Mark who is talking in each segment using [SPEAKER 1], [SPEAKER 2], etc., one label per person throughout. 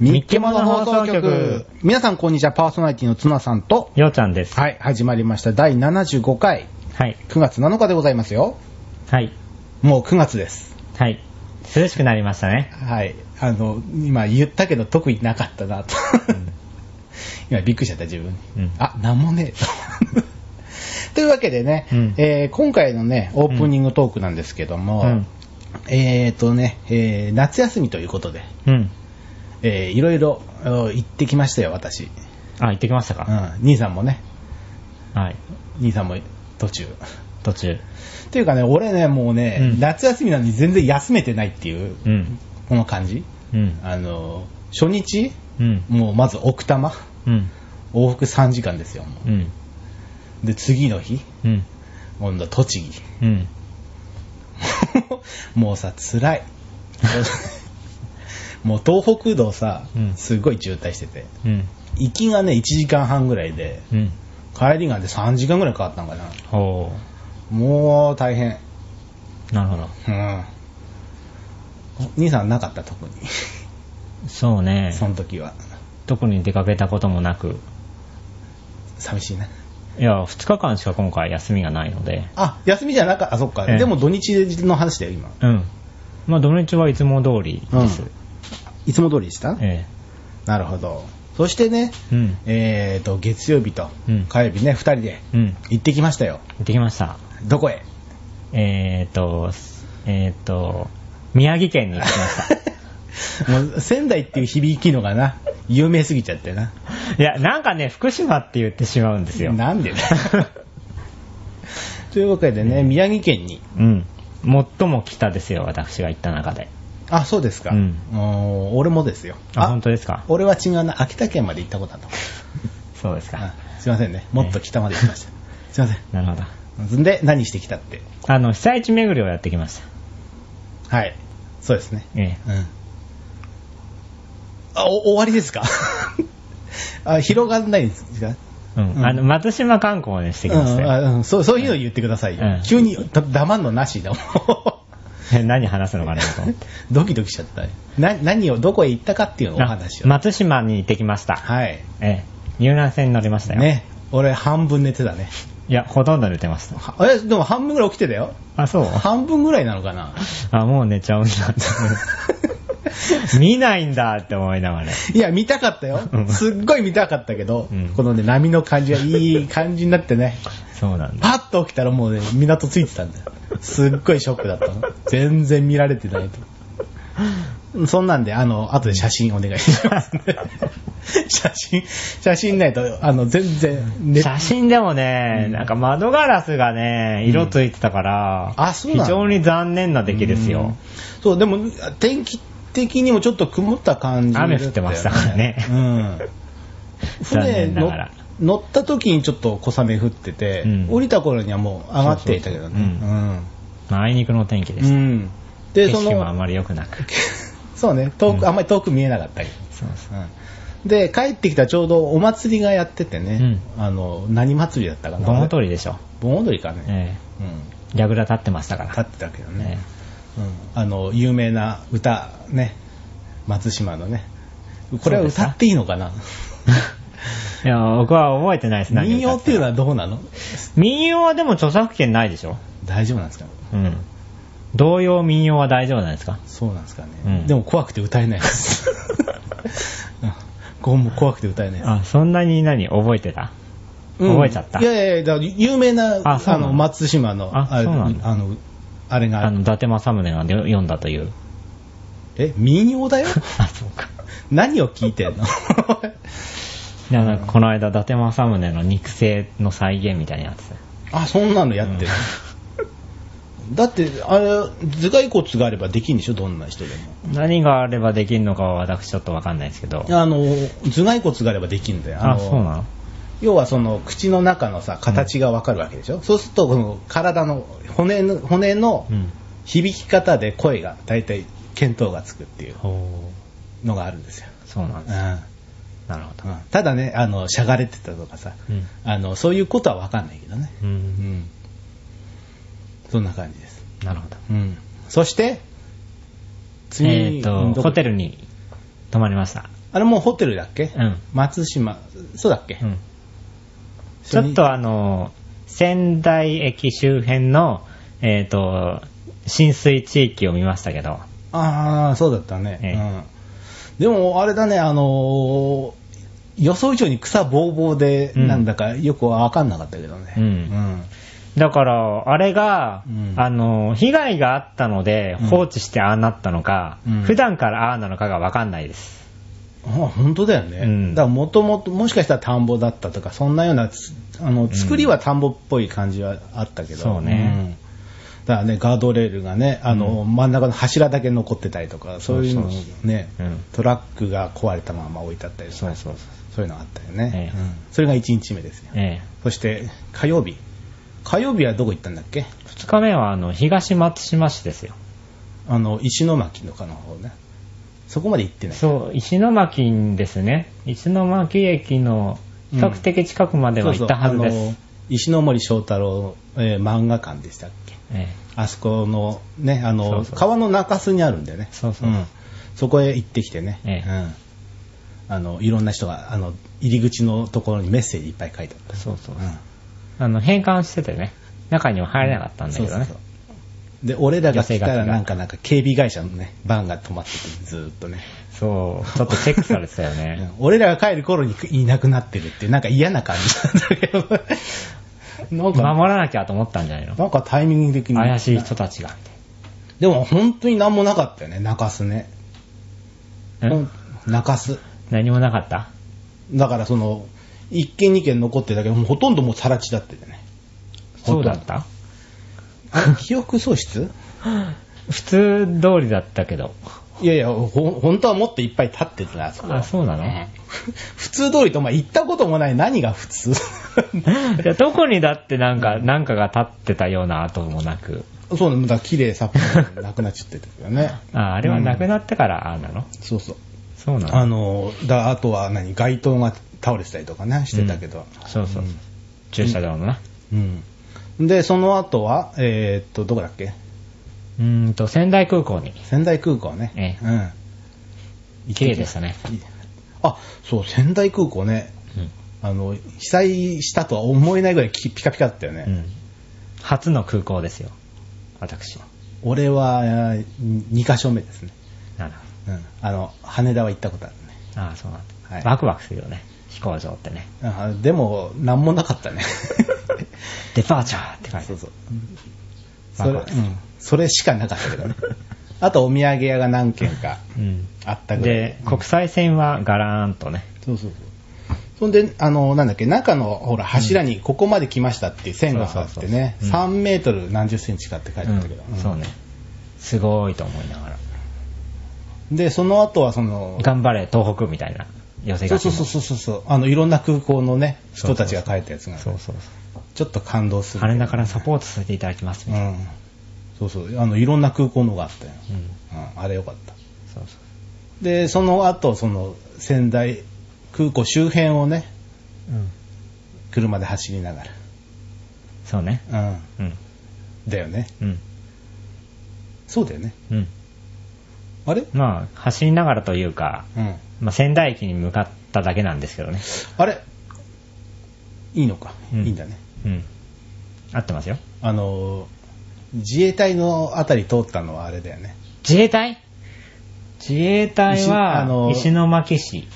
[SPEAKER 1] みっけもの放送局。皆さん、こんにちは。パーソナリティのツナさんと、
[SPEAKER 2] ようちゃんです。
[SPEAKER 1] はい、始まりました。第75回、
[SPEAKER 2] はい。
[SPEAKER 1] 9月7日でございますよ。
[SPEAKER 2] はい。
[SPEAKER 1] もう9月です。
[SPEAKER 2] はい。涼しくなりましたね。
[SPEAKER 1] はい。あの、今言ったけど特になかったなと。今びっくりしちゃった自分。
[SPEAKER 2] うん
[SPEAKER 1] あ、なんもねえ と。というわけでね、
[SPEAKER 2] うん
[SPEAKER 1] えー今回のね、オープニングトークなんですけども、
[SPEAKER 2] うん
[SPEAKER 1] えーとね、えー夏休みということで、
[SPEAKER 2] うん。
[SPEAKER 1] えーいろいろあの行ってきましたよ、私。
[SPEAKER 2] あ、行ってきました
[SPEAKER 1] う
[SPEAKER 2] か、
[SPEAKER 1] ん、兄さんもね、
[SPEAKER 2] はい。
[SPEAKER 1] 兄さんも途中。
[SPEAKER 2] 途中。
[SPEAKER 1] というかね、俺ね、もうね、
[SPEAKER 2] うん
[SPEAKER 1] 夏休みなのに全然休めてないっていう、
[SPEAKER 2] うん。
[SPEAKER 1] この感じ。
[SPEAKER 2] うん。
[SPEAKER 1] あの、初日、
[SPEAKER 2] うん。
[SPEAKER 1] もうまず奥多摩、
[SPEAKER 2] うん。
[SPEAKER 1] 往復3時間ですよ、も
[SPEAKER 2] うん。
[SPEAKER 1] うで、次の日、
[SPEAKER 2] うん。
[SPEAKER 1] 今度は栃木。
[SPEAKER 2] うん。
[SPEAKER 1] もうさ、辛い。 もう東北道さ
[SPEAKER 2] うん、
[SPEAKER 1] すごい渋滞してて、
[SPEAKER 2] うん。
[SPEAKER 1] 行きがね、1時間半ぐらいで、
[SPEAKER 2] うん。
[SPEAKER 1] 帰りがね、3時間ぐらいかかったんかな。
[SPEAKER 2] ほ
[SPEAKER 1] もう大変。
[SPEAKER 2] う。なるほど。
[SPEAKER 1] うん。兄さんはなかった、特に。
[SPEAKER 2] そうね。
[SPEAKER 1] その時は。
[SPEAKER 2] 特に出かけたこともなく。
[SPEAKER 1] 寂しいな。
[SPEAKER 2] いや、2日間しか今回休みがないので。
[SPEAKER 1] あ、休みじゃなかった。あ、そっか。
[SPEAKER 2] ええ
[SPEAKER 1] でも土日の話だよ、今。
[SPEAKER 2] うん。まあ、土日はいつも通りです。
[SPEAKER 1] うんいつも通りでした
[SPEAKER 2] え
[SPEAKER 1] なるほど。そしてね、
[SPEAKER 2] え。うん。
[SPEAKER 1] えーと、月曜日と
[SPEAKER 2] うん
[SPEAKER 1] 火曜日ね、二人で
[SPEAKER 2] うん。
[SPEAKER 1] 行ってきましたよ。
[SPEAKER 2] 行ってきました。
[SPEAKER 1] どこへ
[SPEAKER 2] えーと、えーと、宮城県に行ってきました。
[SPEAKER 1] もう仙台っていう響きのがな、有名すぎちゃってな。
[SPEAKER 2] いや、なんかね、福島って言ってしまうんですよ。
[SPEAKER 1] なんでね。 というわけでね、宮城県に。
[SPEAKER 2] うん。最も北ですよ、私が行った中で。
[SPEAKER 1] あ、そうですか。
[SPEAKER 2] うん
[SPEAKER 1] もう俺もですよ。
[SPEAKER 2] あ、本当ですか
[SPEAKER 1] 俺は違うな、秋田県まで行ったことあった。
[SPEAKER 2] そうですか。
[SPEAKER 1] あすいませんね、もっと北まで行きま した。すいません。
[SPEAKER 2] なるほど。
[SPEAKER 1] んで、何してきたって。
[SPEAKER 2] あの、被災地巡りをやってきました。
[SPEAKER 1] はい。そうですね。
[SPEAKER 2] え
[SPEAKER 1] うん。あ、お終わりですか あ広がんないんですか
[SPEAKER 2] え。うん。
[SPEAKER 1] うん
[SPEAKER 2] あの、松島観光をね、してきました
[SPEAKER 1] うん
[SPEAKER 2] よ。
[SPEAKER 1] あうんそうそういうの言ってくださいよ。
[SPEAKER 2] うん
[SPEAKER 1] 急にだ黙んのなしだもん。
[SPEAKER 2] え何話すのかなと思って。
[SPEAKER 1] ドキドキしちゃった。な何を、どこへ行ったかっていう のをお話
[SPEAKER 2] あ
[SPEAKER 1] を。
[SPEAKER 2] 松島に行ってきました。
[SPEAKER 1] はい。
[SPEAKER 2] ええ。遊覧船に乗りましたよ。
[SPEAKER 1] ね。俺、半分寝てたね。
[SPEAKER 2] いや、ほとんど寝てました。
[SPEAKER 1] はえ、でも半分ぐらい起きてたよ。
[SPEAKER 2] あ、 そう
[SPEAKER 1] 半分ぐらいなのかな
[SPEAKER 2] あ、もう寝ちゃうんだって 思う 見ないんだって思いながら。
[SPEAKER 1] いや、見たかったよ
[SPEAKER 2] う。ん
[SPEAKER 1] すっごい見たかったけど、
[SPEAKER 2] うん
[SPEAKER 1] このね、波の感じがいい感じになってね。
[SPEAKER 2] そうなんだ。
[SPEAKER 1] パッと起きたらもうね、港ついてたんだよ。すっごいショックだったの。全然見られてないと。そんなんで、あの、後で写真お願いします、ね。写真、写真ないと、あの、全然、ね、
[SPEAKER 2] 写真でもね、なんか窓ガラスがね、色ついてたから、
[SPEAKER 1] あそうなの
[SPEAKER 2] 非常に残念な出来ですよ。
[SPEAKER 1] そう、でも、天気的にもちょっと曇った感じだよ
[SPEAKER 2] 雨降ってましたからね
[SPEAKER 1] うん。
[SPEAKER 2] 残
[SPEAKER 1] 船
[SPEAKER 2] 念な
[SPEAKER 1] の
[SPEAKER 2] がら
[SPEAKER 1] 乗った時にちょっと小雨降ってて、
[SPEAKER 2] うん
[SPEAKER 1] 降りた頃にはもう上がっていたけどね。
[SPEAKER 2] そうそうまああいにくの天気で
[SPEAKER 1] うん。
[SPEAKER 2] し
[SPEAKER 1] うん。
[SPEAKER 2] た。
[SPEAKER 1] で、
[SPEAKER 2] 景
[SPEAKER 1] そ
[SPEAKER 2] 色
[SPEAKER 1] の
[SPEAKER 2] もあ、まり良くなく。
[SPEAKER 1] そうね、遠く、
[SPEAKER 2] うん
[SPEAKER 1] あんまり遠く見えなかったけど。
[SPEAKER 2] そうそう
[SPEAKER 1] うんで、帰ってきたらちょうどお祭りがやっててね、あの、何祭りだったかな。
[SPEAKER 2] 盆踊りでしょ。
[SPEAKER 1] 盆踊りかね。
[SPEAKER 2] え
[SPEAKER 1] うん。
[SPEAKER 2] え。櫓立ってましたか
[SPEAKER 1] 立っ
[SPEAKER 2] ら。
[SPEAKER 1] てたけど
[SPEAKER 2] え
[SPEAKER 1] ね。うん。あの、有名な歌、ね。松島のね。これは
[SPEAKER 2] そうです
[SPEAKER 1] 歌
[SPEAKER 2] か
[SPEAKER 1] っていいのかな
[SPEAKER 2] えいや、僕は覚えてないです。 何
[SPEAKER 1] 民
[SPEAKER 2] 歌
[SPEAKER 1] 謡っていうの
[SPEAKER 2] たか
[SPEAKER 1] はどうなの
[SPEAKER 2] 民謡はでも著作権ないでしょ。
[SPEAKER 1] 大丈夫なんですか
[SPEAKER 2] うん。童謡、民謡は大丈夫なんですか
[SPEAKER 1] そうなんですかね、
[SPEAKER 2] うん
[SPEAKER 1] でも怖くて歌えない です。うんこうも怖くて歌えないです。
[SPEAKER 2] あ、そんなに何覚えてた
[SPEAKER 1] うん
[SPEAKER 2] 覚えちゃった
[SPEAKER 1] い。やいやいや、だから有名な、
[SPEAKER 2] あ
[SPEAKER 1] あ
[SPEAKER 2] そうなの
[SPEAKER 1] の、松島の、
[SPEAKER 2] あ
[SPEAKER 1] れ
[SPEAKER 2] そうなんだ
[SPEAKER 1] あの、あれ
[SPEAKER 2] あ
[SPEAKER 1] が、
[SPEAKER 2] の、伊達政宗が読んだという。
[SPEAKER 1] え、民謡だよ
[SPEAKER 2] あ、そうか。
[SPEAKER 1] 何を聞いてんの
[SPEAKER 2] いやなんかこの間、伊達政宗の肉声の再現みたいなやつ。
[SPEAKER 1] あ、そんなのやってる。だって、あれ、頭蓋骨があればできんでしょどんな人でも。
[SPEAKER 2] 何があればできるのかは私ちょっとわかんないですけど。
[SPEAKER 1] あの、頭蓋骨があればできんだよ。
[SPEAKER 2] あ、
[SPEAKER 1] の
[SPEAKER 2] そうなの
[SPEAKER 1] 要はその口の中のさ形がわかるわけでしょ、そうするとこの体の骨の骨の
[SPEAKER 2] うん。
[SPEAKER 1] 響き方で声が大体見当がつくっていう
[SPEAKER 2] ほ
[SPEAKER 1] のがあるんですよ、
[SPEAKER 2] う。そうなん
[SPEAKER 1] う
[SPEAKER 2] です。
[SPEAKER 1] ん
[SPEAKER 2] なるほど。
[SPEAKER 1] うん、ただねあのしゃがれてたとかさ、
[SPEAKER 2] うん
[SPEAKER 1] あのそういうことはわかんないけどね
[SPEAKER 2] う。
[SPEAKER 1] うんんそんな感じです、
[SPEAKER 2] なるほど。
[SPEAKER 1] うん、そして
[SPEAKER 2] えっ
[SPEAKER 1] うん
[SPEAKER 2] と、
[SPEAKER 1] どこ
[SPEAKER 2] ホテルに泊まりました。
[SPEAKER 1] あれもうホテルだっけ、
[SPEAKER 2] うん
[SPEAKER 1] 松島、そうだっけ、
[SPEAKER 2] うんちょっとあの、仙台駅周辺の、えっ、と、浸水地域を見ましたけど、
[SPEAKER 1] ああ、そうだったね。
[SPEAKER 2] ええ
[SPEAKER 1] うん、でも、あれだね、あのー予想以上に草ぼうぼうで、
[SPEAKER 2] うん
[SPEAKER 1] なんだかよくわかんなかったけどね。
[SPEAKER 2] うんだから、あれが、
[SPEAKER 1] うん
[SPEAKER 2] あの、被害があったので
[SPEAKER 1] うん
[SPEAKER 2] 放置してああなったのか、
[SPEAKER 1] うん
[SPEAKER 2] 普段からああなのかがわかんないです。
[SPEAKER 1] あ本当だよね。
[SPEAKER 2] うん
[SPEAKER 1] だから、もともと、もしかしたら田んぼだったとか、そんなようなつ、あの、作りは田んぼっぽい感じはあったけど。
[SPEAKER 2] そうね
[SPEAKER 1] うんだからね、ガードレールがね、あの、真ん中の柱だけ残ってたりとか、そういうの
[SPEAKER 2] そうそ
[SPEAKER 1] ね、
[SPEAKER 2] うん
[SPEAKER 1] トラックが壊れたまま置いてあったりとか、
[SPEAKER 2] そう
[SPEAKER 1] そういうのがあったよね。
[SPEAKER 2] ええ
[SPEAKER 1] うんそれが1日目ですよ。
[SPEAKER 2] ええ。
[SPEAKER 1] そして火曜日。火曜日はどこ行ったんだっけ
[SPEAKER 2] 二日目は、あの、東松島市ですよ。
[SPEAKER 1] あの、石巻のかの方ね。そこまで行ってない。
[SPEAKER 2] そう、石巻ですね。石巻駅の比較的近くまでは行ったはず
[SPEAKER 1] そう
[SPEAKER 2] です。
[SPEAKER 1] そうあの石ノ森章太郎、えー漫画館でしたっけ
[SPEAKER 2] ええ
[SPEAKER 1] あそこのね、あの、
[SPEAKER 2] そうそう
[SPEAKER 1] 川の中州にあるんだよね。
[SPEAKER 2] そうそう
[SPEAKER 1] うんそこへ行ってきてね。
[SPEAKER 2] ええ
[SPEAKER 1] うんあの、いろんな人が、あの、入り口のところにメッセージいっぱい書いてあった。
[SPEAKER 2] そうそう
[SPEAKER 1] うん
[SPEAKER 2] あの、返還しててね、中には入れなかったんだけどね。
[SPEAKER 1] そうそうそうで、俺らが来た
[SPEAKER 2] 寄せ書
[SPEAKER 1] ら
[SPEAKER 2] きが
[SPEAKER 1] なんかなんか警備会社のね、バンが止まってて、ずーっとね。
[SPEAKER 2] そう、ちょっとチェックされてたよ
[SPEAKER 1] うん
[SPEAKER 2] ね。
[SPEAKER 1] 俺らが帰る頃にいなくなってるって、なんか嫌な感じなんだけど。 なん
[SPEAKER 2] 守
[SPEAKER 1] か、
[SPEAKER 2] らなきゃと思ったんじゃないの
[SPEAKER 1] なんかタイミング的に。
[SPEAKER 2] 怪しい人たちが、み
[SPEAKER 1] でも本当に何もなかったよね、中洲ね。
[SPEAKER 2] たいな。
[SPEAKER 1] ほ
[SPEAKER 2] ん
[SPEAKER 1] ん中洲。
[SPEAKER 2] 何もなかった
[SPEAKER 1] だからその、一軒二軒残ってたけど、もうほとんどもうさら地だってたね。
[SPEAKER 2] そ
[SPEAKER 1] ほとんど
[SPEAKER 2] うだった
[SPEAKER 1] あ記憶喪失
[SPEAKER 2] 普通通りだったけど。
[SPEAKER 1] いやいや、ほん、本当はもっといっぱい立ってたな、あそこは
[SPEAKER 2] あ、そうなの
[SPEAKER 1] 普通通りと、まあ、行ったこともない何が普 通
[SPEAKER 2] いや、どこにだってなんか、なんかが立ってたような跡もなく。
[SPEAKER 1] そうなんだ、だから綺麗さっぱりなくなっちゃってたけどね。
[SPEAKER 2] あ、あれはなくなってから、ああなの
[SPEAKER 1] そうそう。
[SPEAKER 2] そうな
[SPEAKER 1] あ
[SPEAKER 2] の
[SPEAKER 1] の、だあとは何、街灯が倒れてたりとかね、してたけど。
[SPEAKER 2] そうそう
[SPEAKER 1] う。
[SPEAKER 2] 駐車場のな。
[SPEAKER 1] うん。で、その後は、えーっと、どこだっけ
[SPEAKER 2] うーんと、仙台空港に。
[SPEAKER 1] 仙台空港ね。
[SPEAKER 2] え
[SPEAKER 1] うん。
[SPEAKER 2] 綺麗でしたね。
[SPEAKER 1] あ、そう、仙台空港ね。あの、被災したとは思えないぐらいきピカピカだったよね。
[SPEAKER 2] うんうん初の空港ですよ。私。
[SPEAKER 1] 俺は、2カ所目ですね。
[SPEAKER 2] なるほ
[SPEAKER 1] うん。あの、羽田は行ったことあるね。
[SPEAKER 2] どああ、そうなんだ、
[SPEAKER 1] はい
[SPEAKER 2] ワクワクするよね。飛行場ってね。
[SPEAKER 1] あでも、なんもなかったね。
[SPEAKER 2] デパーチャーって書いてある。
[SPEAKER 1] そうそう。そ
[SPEAKER 2] ワ
[SPEAKER 1] れ、う
[SPEAKER 2] クワ
[SPEAKER 1] ん
[SPEAKER 2] クする。。
[SPEAKER 1] それしかなかったけどね。あと、お土産屋が何軒か
[SPEAKER 2] うん。
[SPEAKER 1] あったぐらい。
[SPEAKER 2] で、国際線はガラーンとね。
[SPEAKER 1] そうそうそう。そんで、あの、なんだっけ、中の、ほら、柱にここまで来ましたっていう線があってね、
[SPEAKER 2] そうそうそ
[SPEAKER 1] 3
[SPEAKER 2] う
[SPEAKER 1] メートル何十センチかって書いてあったけど。
[SPEAKER 2] うんそうね。すごいと思いながら。
[SPEAKER 1] で、その後はその、
[SPEAKER 2] 頑張れ、東北みたいな寄せ
[SPEAKER 1] そ
[SPEAKER 2] 書
[SPEAKER 1] う
[SPEAKER 2] き
[SPEAKER 1] そ
[SPEAKER 2] も。
[SPEAKER 1] うそうそうそう、あの、いろんな空港のね、
[SPEAKER 2] そうそうそう
[SPEAKER 1] 人たちが書いたやつが、
[SPEAKER 2] そうそう
[SPEAKER 1] ちょっと感動す
[SPEAKER 2] そう。
[SPEAKER 1] る。
[SPEAKER 2] 羽田からサポートさせていただきますみ
[SPEAKER 1] う
[SPEAKER 2] たいな。
[SPEAKER 1] ん。そうそう、あの、いろんな空港のがあったよ。
[SPEAKER 2] うん。
[SPEAKER 1] うん、あれよかった。
[SPEAKER 2] そうそ
[SPEAKER 1] で、その後、その、仙台空港周辺をね、
[SPEAKER 2] う。うん。
[SPEAKER 1] 車で走りなが
[SPEAKER 2] そうね。
[SPEAKER 1] ら。うん。
[SPEAKER 2] うん。
[SPEAKER 1] だよね。
[SPEAKER 2] うん。
[SPEAKER 1] そうだよね。
[SPEAKER 2] うん。
[SPEAKER 1] あれ
[SPEAKER 2] まあ、走りながらというか、
[SPEAKER 1] うん。
[SPEAKER 2] まあ、仙台駅に向かっただけなんですけどね。
[SPEAKER 1] あれいいのか、
[SPEAKER 2] うん
[SPEAKER 1] いいんだね。
[SPEAKER 2] うん。合ってますよ。
[SPEAKER 1] あの、自衛隊のあたり通ったのはあれだよね。
[SPEAKER 2] 自衛隊自衛隊
[SPEAKER 1] 石あの
[SPEAKER 2] は、石巻市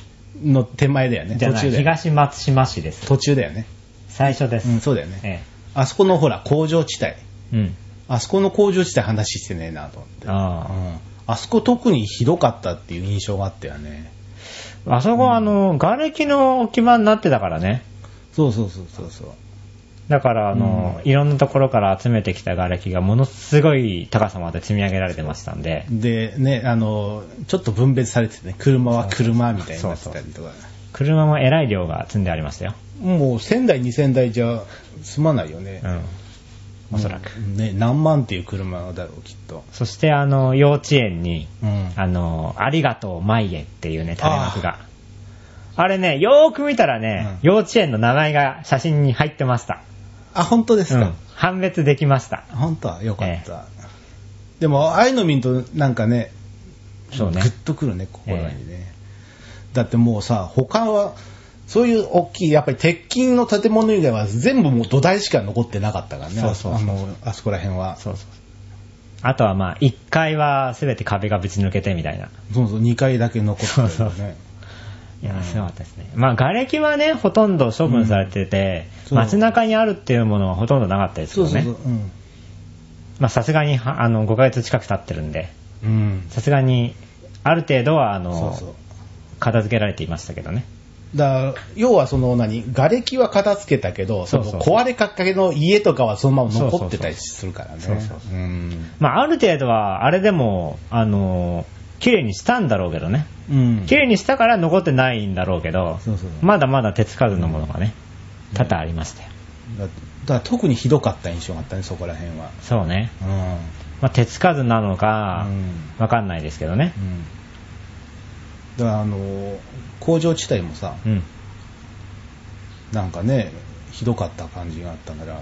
[SPEAKER 1] の手前だよね。
[SPEAKER 2] じゃ
[SPEAKER 1] 途
[SPEAKER 2] ない、
[SPEAKER 1] 中だよね。
[SPEAKER 2] 東松島市です。
[SPEAKER 1] 途中だよね。
[SPEAKER 2] 最初です。
[SPEAKER 1] うん、そうだよね。
[SPEAKER 2] え
[SPEAKER 1] あそこのほら、工場地帯。
[SPEAKER 2] え。うん。
[SPEAKER 1] あそこの工場地帯話してねえなと思って。
[SPEAKER 2] ああ
[SPEAKER 1] うんあそこ特にひどかったっていう印象があったよね。
[SPEAKER 2] あそこはあの、瓦礫の置き場になってたからね。
[SPEAKER 1] そうそうそうそうそう。
[SPEAKER 2] だからあの、いろんなところから集めてきた瓦礫がものすごい高さまで積み上げられてましたんで、
[SPEAKER 1] で、ね、あの、ちょっと分別されててね、車は車みたいになってたりとか。
[SPEAKER 2] 車も偉い量が積んでありましたよ。
[SPEAKER 1] もう仙台、2000台じゃ済まないよね
[SPEAKER 2] う。ん。おそらく。
[SPEAKER 1] ね、何万っていう車だろう、きっと。
[SPEAKER 2] そしてあの、幼稚園に、
[SPEAKER 1] うん
[SPEAKER 2] あの、ありがとう、マイエっていうね、垂れ幕が。あれね、よーく見たらね、
[SPEAKER 1] うん
[SPEAKER 2] 幼稚園の名前が写真に入ってました。
[SPEAKER 1] あ、本当です
[SPEAKER 2] う
[SPEAKER 1] か
[SPEAKER 2] ん。。判別できました。
[SPEAKER 1] 本当はよかった。でも、ああいうの見ると、なんかね、
[SPEAKER 2] そうね
[SPEAKER 1] グッ。とくるね、心にね。だってもうさ、他は、そういう大きい、やっぱり鉄筋の建物以外は全部もう土台しか残ってなかったからね。
[SPEAKER 2] そうそうそ
[SPEAKER 1] あ
[SPEAKER 2] う
[SPEAKER 1] の、あそこら辺は。
[SPEAKER 2] そうそう。あとはまあ、1階は全て壁がぶち抜けてみたいな。
[SPEAKER 1] そうそう、2階だけ残ってるよね。
[SPEAKER 2] そうそういや、すごかったですね。まあ、瓦礫はね、ほとんど処分されてて、
[SPEAKER 1] うんそう
[SPEAKER 2] 街中にあるっていうものはほとんどなかったですけ
[SPEAKER 1] そう
[SPEAKER 2] ど
[SPEAKER 1] そう
[SPEAKER 2] ね
[SPEAKER 1] そう。。
[SPEAKER 2] まあ、さすがに、はあの、5ヶ月近く経ってるんで、
[SPEAKER 1] うん。うん。
[SPEAKER 2] さすがに、ある程度は、あの、
[SPEAKER 1] そうそう。
[SPEAKER 2] 片付けられていましたけどね。
[SPEAKER 1] だから要はその何瓦礫は片付けたけど
[SPEAKER 2] そうそう
[SPEAKER 1] その壊れかけの家とかはそのまま残ってたりするからね
[SPEAKER 2] そうそうそう
[SPEAKER 1] うん
[SPEAKER 2] まあ、ある程度は、あれでも、あの、綺麗にしたんだろうけどね。
[SPEAKER 1] うん
[SPEAKER 2] 綺麗にしたから残ってないんだろうけど、
[SPEAKER 1] そうそう
[SPEAKER 2] まだまだ手つかずのものがね、多々ありましたよ。
[SPEAKER 1] だだから特にひどかった印象があったねそこら辺は
[SPEAKER 2] そうね。
[SPEAKER 1] うん
[SPEAKER 2] まあ、手つかずなのか
[SPEAKER 1] うん、
[SPEAKER 2] わかんないですけどね。
[SPEAKER 1] うんだからあのー工場地帯もさ
[SPEAKER 2] うん。
[SPEAKER 1] なんかねひどかった感じがあったから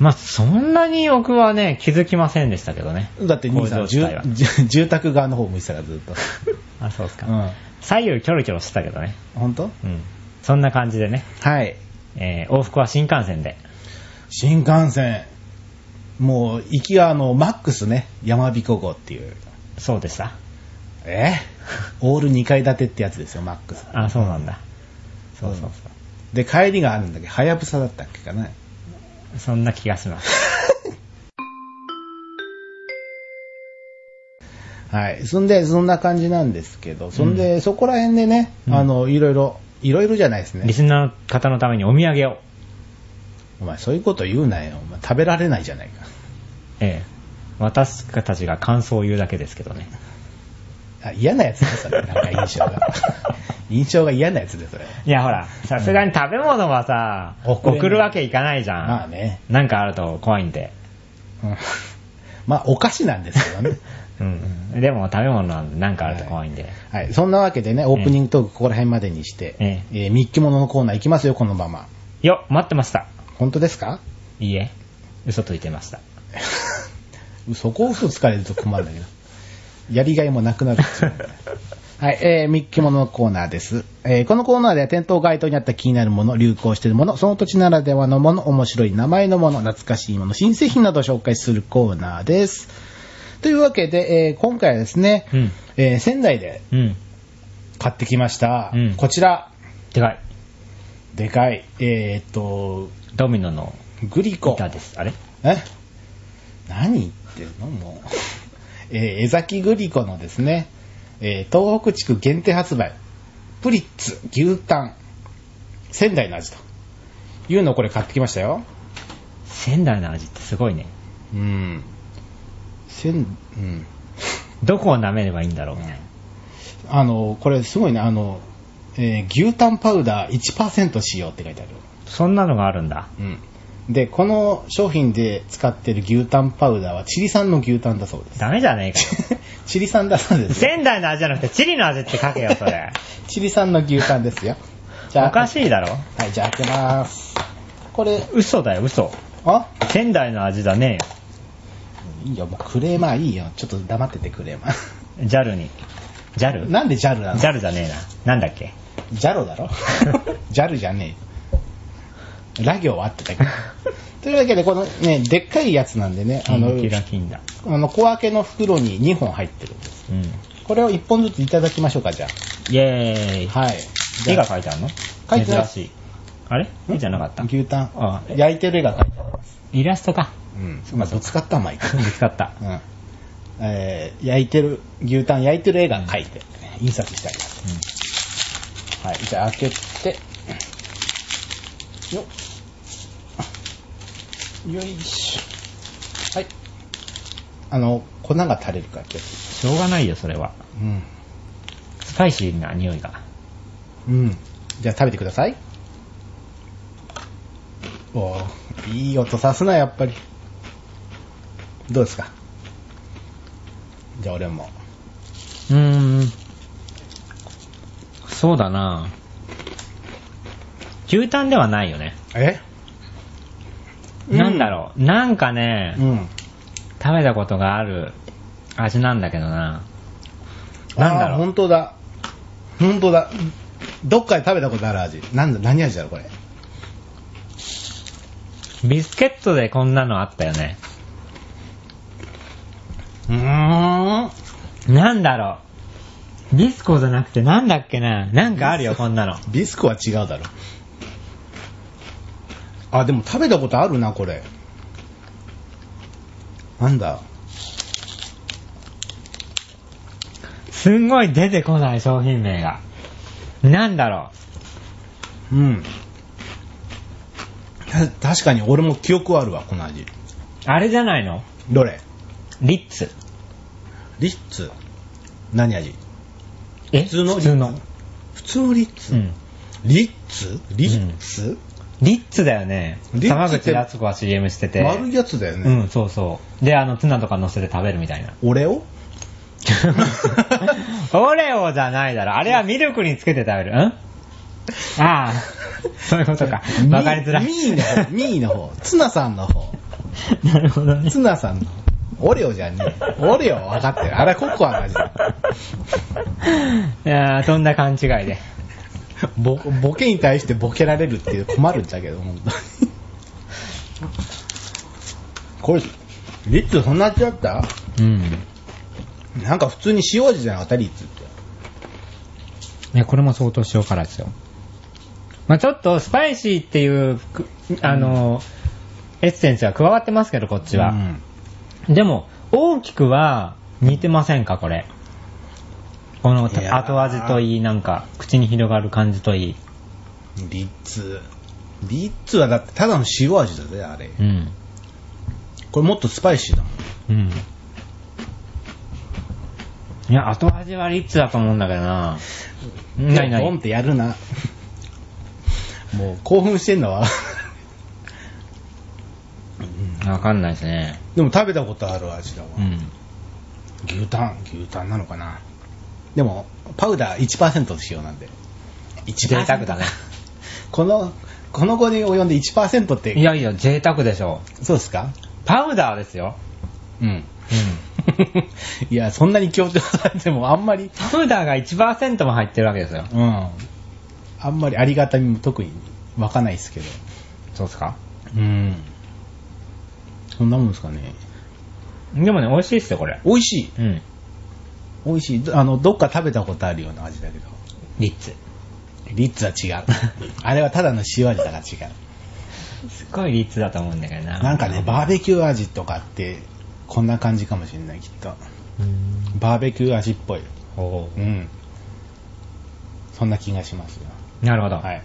[SPEAKER 2] まあ、そんなに僕はね、気づきませんでしたけどね。
[SPEAKER 1] だって兄さん
[SPEAKER 2] 工場地帯は
[SPEAKER 1] 住住住宅側の方向いてたからずっと
[SPEAKER 2] あ、そうですか。
[SPEAKER 1] うん
[SPEAKER 2] 左右キョロキョロしてたけどね。
[SPEAKER 1] 本当
[SPEAKER 2] うん。そんな感じでね、
[SPEAKER 1] はい
[SPEAKER 2] えー往復は新幹線で。
[SPEAKER 1] 新幹線、もう行きはあのマックスね、山彦号っていう、
[SPEAKER 2] そうでした。
[SPEAKER 1] え オール2階建てってやつですよ、マックス。
[SPEAKER 2] あ、そうなんだ。そうそうそう。
[SPEAKER 1] で、帰りがあるんだっけど、はやぶさだったっけかな。
[SPEAKER 2] そんな気がします。
[SPEAKER 1] はい、そんで、そんな感じなんですけど、そんで、そこら辺でね、
[SPEAKER 2] うん
[SPEAKER 1] あのいろいろ、いろいろじゃないです
[SPEAKER 2] リ
[SPEAKER 1] ね、
[SPEAKER 2] スナーの方のためにお土産を。
[SPEAKER 1] お前、そういうこと言うなよ、お前食べられないじゃないか。
[SPEAKER 2] ええ私たちが感想を言うだけですけどね。
[SPEAKER 1] あ嫌なやつだ、それ、なんか印 象が。印象が嫌なやつで、それ。
[SPEAKER 2] いや、ほら、さすがに食べ物はさ、
[SPEAKER 1] 送れない
[SPEAKER 2] 送るわけいかないじゃん。
[SPEAKER 1] まあね。
[SPEAKER 2] なんかあると怖いんで。
[SPEAKER 1] うんまあ、お菓子なんですけど ね。
[SPEAKER 2] うん。でも食べ物なんで、なんかあると怖いんで。
[SPEAKER 1] はい、そんなわけでね、オープニングトークここら辺までにして、
[SPEAKER 2] え
[SPEAKER 1] えーミッキモノのコーナー行きますよ、このまま。
[SPEAKER 2] よ、待ってました。
[SPEAKER 1] 本当ですか
[SPEAKER 2] いいえ、嘘ついてました。
[SPEAKER 1] そこを 嘘つかれると困るんだけど。やりがいもなくなるっちゅうんだよ。はい、えー、ミッキモノのコーナーです。えーこのコーナーでは店頭街頭にあった気になるもの、流行しているもの、その土地ならではのもの、面白い名前のもの、懐かしいもの、新製品などを紹介するコーナーです。というわけで、えー今回はですね、
[SPEAKER 2] うん
[SPEAKER 1] えー仙台で
[SPEAKER 2] うん。
[SPEAKER 1] 買ってきました。
[SPEAKER 2] うん
[SPEAKER 1] こちら、
[SPEAKER 2] でかい。
[SPEAKER 1] でかい。えーっと、
[SPEAKER 2] ドミノの
[SPEAKER 1] グリコ。
[SPEAKER 2] 板です。あれ
[SPEAKER 1] え何言ってんのもう。えー江崎グリコのですね、えー東北地区限定発売、プリッツ牛タン、仙台の味というのをこれ買ってきましたよ。
[SPEAKER 2] 仙台の味ってすごいね。
[SPEAKER 1] うん。仙、うん。
[SPEAKER 2] どこを舐めればいいんだろうみたいな。
[SPEAKER 1] あの、これすごいね、あの、えー牛タンパウダー1%使用って書いてある。
[SPEAKER 2] そんなのがあるんだ。
[SPEAKER 1] うん。で、この商品で使ってる牛タンパウダーはチリ産の牛タンだそうです。
[SPEAKER 2] ダメじゃね えかよ。
[SPEAKER 1] チリ産だそうです。
[SPEAKER 2] 仙台の味じゃなくてチリの味って書けよ、それ。
[SPEAKER 1] チリさんの牛タンですよ。じゃあ、
[SPEAKER 2] おかしいだろ
[SPEAKER 1] はい、じゃあ開けます。これ、
[SPEAKER 2] 嘘だよ、嘘。
[SPEAKER 1] あ
[SPEAKER 2] 仙台の味だね
[SPEAKER 1] いいよ、もうクレーマーいいよ。ちょっと黙っててクレーマー。
[SPEAKER 2] えよ。JAL に。JAL?
[SPEAKER 1] なんでジャルなの
[SPEAKER 2] JAL じゃねえな。なんだっけ
[SPEAKER 1] ジャロ だろジャルじゃねえよ。ラ行は合ってた けど。というわけで、このね、でっかいやつなんでね、あの、
[SPEAKER 2] キラキンだ。
[SPEAKER 1] あの小分けの袋に2本入ってる。
[SPEAKER 2] うん。
[SPEAKER 1] これを1本ずついただきましょうか、じゃ
[SPEAKER 2] イェーイ。
[SPEAKER 1] あ。はい。じゃ
[SPEAKER 2] 絵
[SPEAKER 1] あ
[SPEAKER 2] が描いてあるの
[SPEAKER 1] 書いてない
[SPEAKER 2] 珍しい。あれ絵じゃなかった
[SPEAKER 1] 牛タン。
[SPEAKER 2] ああ
[SPEAKER 1] 焼いてる絵が描いてある。
[SPEAKER 2] イラストか。
[SPEAKER 1] うん。まあ、ぶつかったマイク。
[SPEAKER 2] 見つかった。
[SPEAKER 1] うんえー焼いてる、牛タン焼いてる絵が描いて、印刷してあります。はい、じゃあ開けて、よっ。よいしょ。はい。あの、粉が垂れるから気をつけて
[SPEAKER 2] しょうがないよ、それは。
[SPEAKER 1] うん。
[SPEAKER 2] スパイシーな匂いが。
[SPEAKER 1] うん。じゃあ食べてください。おーいい音さすな、やっぱり。どうですかじゃあ俺も。
[SPEAKER 2] うーん。そうだな牛タンではないよね。
[SPEAKER 1] え
[SPEAKER 2] なんだろう。なんかね、
[SPEAKER 1] うん。
[SPEAKER 2] 食べたことがある味なんだけどな。なんだ
[SPEAKER 1] あー
[SPEAKER 2] ろう。
[SPEAKER 1] 本当だ。本当だ。どっかで食べたことある味。なんだ、何味だろう、これ。
[SPEAKER 2] ビスケットでこんなのあったよね。
[SPEAKER 1] うーん。
[SPEAKER 2] なんだろう。ビスコじゃなくてなんだっけな。なんかあるよ、こんなの。
[SPEAKER 1] ビスクは違うだろ。あ、でも食べたことあるな、これ。なんだ。
[SPEAKER 2] すんごい出てこない商品名が。なんだろ
[SPEAKER 1] うん。た確かに俺も記憶はあるわ、この味。
[SPEAKER 2] う。あれじゃないの
[SPEAKER 1] どれ
[SPEAKER 2] リッツ。
[SPEAKER 1] リッツ何味
[SPEAKER 2] え
[SPEAKER 1] 普通の
[SPEAKER 2] 普通の。
[SPEAKER 1] 普通のリッツ、
[SPEAKER 2] うん。
[SPEAKER 1] リッツリッツ、
[SPEAKER 2] リッツだよね
[SPEAKER 1] リッ。ツ
[SPEAKER 2] 玉
[SPEAKER 1] って
[SPEAKER 2] 口敦子は CM してて。
[SPEAKER 1] 丸いやつだよ
[SPEAKER 2] う
[SPEAKER 1] ね。
[SPEAKER 2] ん、そうそう。で、あの、ツナとか乗せて食べるみた いな。
[SPEAKER 1] 俺を
[SPEAKER 2] オレオじゃないだろ。あれはミルクにつけて食べる。んああ、そういうことか。わかりづらい。
[SPEAKER 1] ミーミーの方、ミーの方、ツナさんの方、
[SPEAKER 2] なるほどね。
[SPEAKER 1] ツナさんの方。オレオじゃんねえ。オレオは分かってる。あれココアの味だ。
[SPEAKER 2] いやーそんな勘違いで。
[SPEAKER 1] ボボケに対してボケられるっていう困るんだけど、本当に。これ、リッツそんな味だった
[SPEAKER 2] うん。
[SPEAKER 1] なんか普通に塩味じゃなかったリッツって。
[SPEAKER 2] いや、これも相当塩辛ですよ。まあちょっと、スパイシーっていう、くあのー、エッセンスが加わってますけど、こっち
[SPEAKER 1] う
[SPEAKER 2] は。
[SPEAKER 1] ん
[SPEAKER 2] でも、大きくは似てませんか、これ。この
[SPEAKER 1] いやー
[SPEAKER 2] 後味といい、なんか、口に広がる感じといい。
[SPEAKER 1] リッツ。リッツはだってただの塩味だぜ、あれ。
[SPEAKER 2] うん。
[SPEAKER 1] これもっとスパイシーだもん。
[SPEAKER 2] うん。いや、後味はリッツだと思うんだけどな。ないな
[SPEAKER 1] ボン
[SPEAKER 2] い
[SPEAKER 1] っ。てやるな。もう興奮してんの は
[SPEAKER 2] わかんないですね。
[SPEAKER 1] でも食べたことある味だわ。
[SPEAKER 2] うん。
[SPEAKER 1] 牛タン、牛タンなのかな。でも、パウダー1%の塩なんで。1%
[SPEAKER 2] 贅沢だね。
[SPEAKER 1] この、この子に及んで1%って、
[SPEAKER 2] いやいや、贅沢でしょ
[SPEAKER 1] そうですか
[SPEAKER 2] う。パウダーですよ。
[SPEAKER 1] うん。
[SPEAKER 2] うん。
[SPEAKER 1] いや、そんなに強調されてもあんまり、
[SPEAKER 2] パウダーが1%も入ってるわけですよ。
[SPEAKER 1] うん。あんまりありがたみも特に湧かないですけど。
[SPEAKER 2] そうですか
[SPEAKER 1] うん。そんなもんですかね。
[SPEAKER 2] でもね、美味しいですよ、これ。
[SPEAKER 1] 美味しい。
[SPEAKER 2] うん。
[SPEAKER 1] 美味しい。どあの、どっか食べたことあるような味だけど。
[SPEAKER 2] リッツ。
[SPEAKER 1] リッツは違 う。あれはただの塩味だから違う。
[SPEAKER 2] すっごいリッツだと思うんだけどな。
[SPEAKER 1] なんかね、バーベキュー味とかって、こんな感じかもしれない、きっと。
[SPEAKER 2] うん。
[SPEAKER 1] バーベキュー味っぽい。
[SPEAKER 2] ほ
[SPEAKER 1] うん。そんな気がしますよ。
[SPEAKER 2] う。なるほど。
[SPEAKER 1] はい。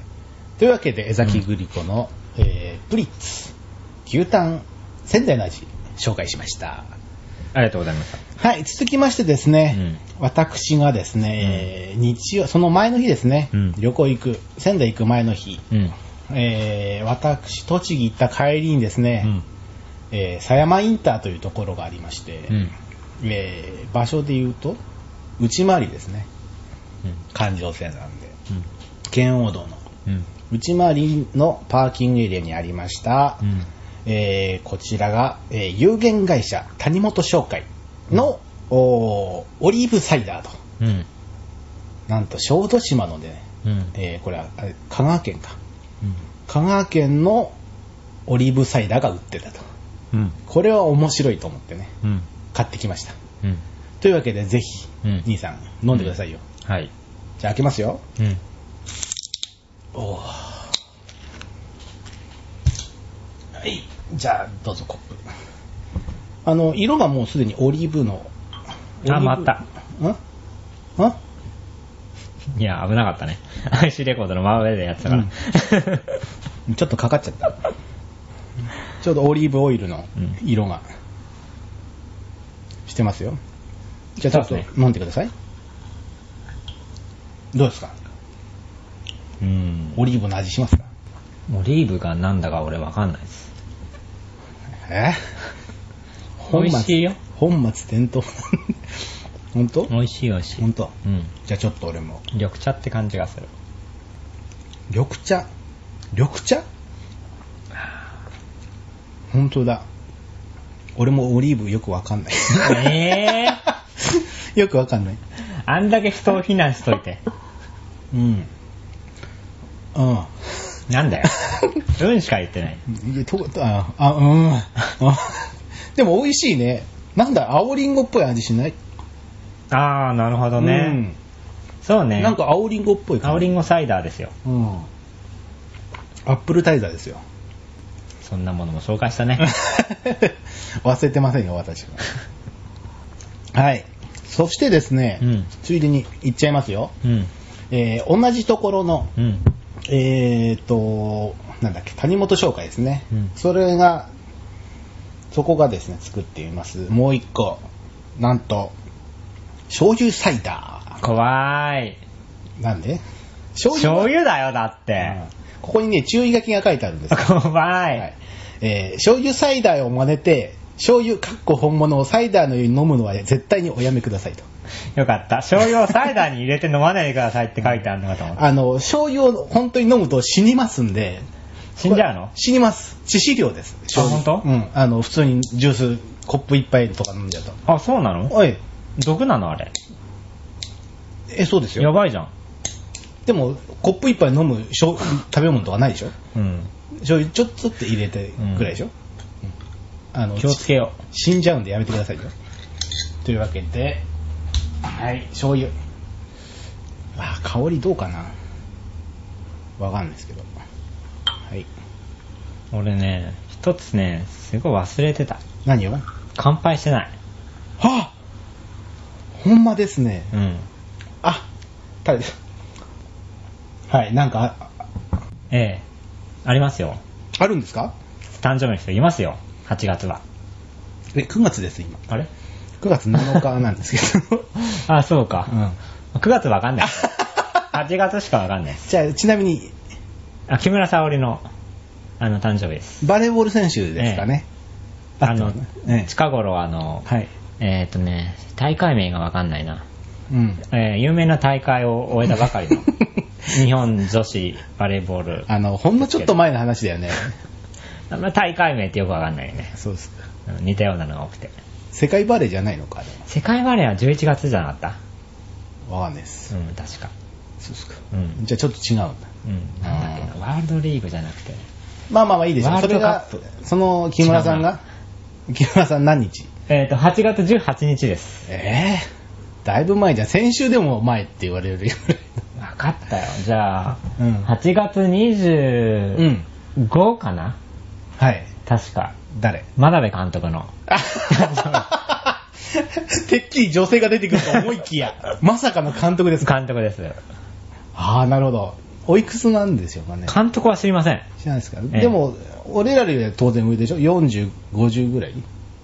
[SPEAKER 1] というわけで、江崎グリコの、えープリッツ、牛タン、仙台の味、紹介しました。
[SPEAKER 2] ありがとうございました。
[SPEAKER 1] はい、続きましてですね、私がですね、えー日曜、その前の日ですね、
[SPEAKER 2] うん
[SPEAKER 1] 旅行行く、仙台行く前の日、
[SPEAKER 2] うん。
[SPEAKER 1] えー私、栃木行った帰りにですね、えー狭山インターというところがありまして、
[SPEAKER 2] うん。うん。
[SPEAKER 1] えー場所で言うと、内回りですね、環状線なんで、
[SPEAKER 2] うん。
[SPEAKER 1] 圏央道の。
[SPEAKER 2] うん。
[SPEAKER 1] 内回りのパーキングエリアにありました、
[SPEAKER 2] うん。
[SPEAKER 1] えーこちらが、えー有限会社谷本商会の、おーオリーブサイダーと、
[SPEAKER 2] うん。
[SPEAKER 1] なんと小豆島のでね、
[SPEAKER 2] うん。
[SPEAKER 1] えーこれはあれ香川県か、香川県のオリーブサイダーが売ってたと。
[SPEAKER 2] うん。
[SPEAKER 1] これは面白いと思ってね、
[SPEAKER 2] うん。
[SPEAKER 1] 買ってきました。
[SPEAKER 2] うん。
[SPEAKER 1] というわけで、ぜひ、
[SPEAKER 2] うん
[SPEAKER 1] 兄さん、飲んでくださいよ。
[SPEAKER 2] はい。
[SPEAKER 1] じゃあ、開けますよ。
[SPEAKER 2] うん。
[SPEAKER 1] おはい。じゃあ、どうぞ、コップ。あの、色がもうすでにオリーブの。
[SPEAKER 2] あ、待った。
[SPEAKER 1] た。んん
[SPEAKER 2] いや、危なかったね。IC レコードの真上でやってたから。
[SPEAKER 1] ちょっとかかっちゃ った。ちょうどオリーブオイルの色が、してますよ。じゃあちょっ
[SPEAKER 2] そ
[SPEAKER 1] と
[SPEAKER 2] うです
[SPEAKER 1] 飲んでください。どうですか
[SPEAKER 2] うん。
[SPEAKER 1] オリーブの味しますか
[SPEAKER 2] オリーブがなんだか俺わかんないです。
[SPEAKER 1] え
[SPEAKER 2] 美味しいよ。
[SPEAKER 1] 本末転倒。 本当
[SPEAKER 2] 美味しい美味しい。
[SPEAKER 1] 本当
[SPEAKER 2] うん。
[SPEAKER 1] じゃあちょっと俺も。
[SPEAKER 2] 緑茶って感じがする。
[SPEAKER 1] 緑茶緑茶本当だ。俺もオリーブよくわかんない。
[SPEAKER 2] え
[SPEAKER 1] よくわかんない。
[SPEAKER 2] あんだけ人を非難しといて。
[SPEAKER 1] うん。うん。
[SPEAKER 2] なんだよ。うんしか言ってない。
[SPEAKER 1] いやとあ、あ、うんあ。でも美味しいね。なんだ、青リンゴっぽい味しない
[SPEAKER 2] あー、なるほどね。そう
[SPEAKER 1] うん
[SPEAKER 2] ね。
[SPEAKER 1] なんか青リンゴっぽい感
[SPEAKER 2] 青
[SPEAKER 1] じ。
[SPEAKER 2] りんごサイダーですよ。
[SPEAKER 1] うん。アップルタイザーです よ。
[SPEAKER 2] そんなものも紹介したね。
[SPEAKER 1] 忘れてませんよ、私は。はい。そしてですね、
[SPEAKER 2] うん
[SPEAKER 1] ついでに言っちゃいますよ。
[SPEAKER 2] うん。
[SPEAKER 1] えー同じところの、
[SPEAKER 2] うん。
[SPEAKER 1] えーと、なんだっけ、谷本商会ですね。
[SPEAKER 2] うん
[SPEAKER 1] それが、そこがですね、作っています。もう一個。なんと、醤油サイダ
[SPEAKER 2] 怖ーい。
[SPEAKER 1] ー。なんで醤
[SPEAKER 2] 醤
[SPEAKER 1] 油
[SPEAKER 2] 油だよ、だって。
[SPEAKER 1] うんここにね、注意書きが書いてある んです。
[SPEAKER 2] 怖
[SPEAKER 1] はい
[SPEAKER 2] い。
[SPEAKER 1] えー醤油サイダーを真似て、醤油かっこ本物をサイダーのように飲むのは絶対におやめくださいと。
[SPEAKER 2] よかった。醤油をサイダーに入れて飲まないでくださいって書 いてあるのかと思った。
[SPEAKER 1] あの、醤油を本当に飲むと死にますんで、
[SPEAKER 2] 死んじゃうの
[SPEAKER 1] 死にます。致死量です。
[SPEAKER 2] あ本当
[SPEAKER 1] うん。あの、普通にジュース、コップ一杯とか飲んじゃうと。
[SPEAKER 2] あ、そうなの
[SPEAKER 1] おい。
[SPEAKER 2] 毒なのあれ。
[SPEAKER 1] え、そうです
[SPEAKER 2] や
[SPEAKER 1] よ。
[SPEAKER 2] ばいじゃん。
[SPEAKER 1] でも、コップ一杯飲むしょ食べ物とかないでしょ
[SPEAKER 2] うん。
[SPEAKER 1] 醤油ちょっとって入れてぐらいでしょ、うんあの
[SPEAKER 2] 気をつけよ
[SPEAKER 1] 死んじゃうんでやめてくださいよ。というわけで、はい、醤油。あー、香りどうかなわかんないですけど。はい。
[SPEAKER 2] う。俺ね、一つね、すごい忘れてた。
[SPEAKER 1] 何を
[SPEAKER 2] 乾杯してない。
[SPEAKER 1] はぁほんまですね。
[SPEAKER 2] うん。
[SPEAKER 1] あ、たれはい、なんかあ、
[SPEAKER 2] ええ。ありますよ。
[SPEAKER 1] あるんですか
[SPEAKER 2] 誕生日の人いますよ。8月は。
[SPEAKER 1] え、9月です、今。
[SPEAKER 2] あれ
[SPEAKER 1] 9月7日なんですけど。
[SPEAKER 2] あ、そうか。
[SPEAKER 1] うん
[SPEAKER 2] 9月わか んない。8月しかわかんないです。
[SPEAKER 1] じゃあ、ちなみに、
[SPEAKER 2] あ、木村沙織の、あの、誕生日です。
[SPEAKER 1] バレーボール選手ですかね。
[SPEAKER 2] あの、
[SPEAKER 1] ええ
[SPEAKER 2] 近頃あの、
[SPEAKER 1] はい。
[SPEAKER 2] えっ、とね、大会名がわかんないな。
[SPEAKER 1] うん。
[SPEAKER 2] えー有名な大会を終えたばかり の、日本女子バレーボール。
[SPEAKER 1] あの、ほんのちょっと前の話だよ ね。
[SPEAKER 2] あんま大会名ってよくわかんないよね。
[SPEAKER 1] そうです。
[SPEAKER 2] うん似たようなのが多くて。
[SPEAKER 1] 世界バレーじゃないのか、あれ
[SPEAKER 2] 世界バレーは11月じゃなかっ
[SPEAKER 1] は。わかんないです。
[SPEAKER 2] たうん、確か。
[SPEAKER 1] そうですか。
[SPEAKER 2] うん。
[SPEAKER 1] じゃあちょっと違うんだ。
[SPEAKER 2] うん。なんだっけな、ワールドリーグじゃなくて。
[SPEAKER 1] まあまあまあいいでしょう。
[SPEAKER 2] ワー
[SPEAKER 1] そ
[SPEAKER 2] ル
[SPEAKER 1] れ
[SPEAKER 2] ドカ
[SPEAKER 1] が
[SPEAKER 2] ップ、
[SPEAKER 1] その木村さんが、木村さん何日
[SPEAKER 2] えっ、と、8月18日です。
[SPEAKER 1] ええだいぶ前じゃん。先週でも前って言われるよ。
[SPEAKER 2] わかったよ。じゃあ、
[SPEAKER 1] うん
[SPEAKER 2] 8月25
[SPEAKER 1] ん。
[SPEAKER 2] かな、
[SPEAKER 1] はい。
[SPEAKER 2] 確か。
[SPEAKER 1] 誰
[SPEAKER 2] 真鍋監督の。
[SPEAKER 1] あ てっきり女性が出てくると思いき や、まさかの監督ですか。
[SPEAKER 2] 監督です。
[SPEAKER 1] ああ、なるほど。おいくつなんでしょうかね。
[SPEAKER 2] 監督は知りません。
[SPEAKER 1] 知らないですか、
[SPEAKER 2] ええ
[SPEAKER 1] でも、俺らよりは当然上でしょ ?40、50ぐらい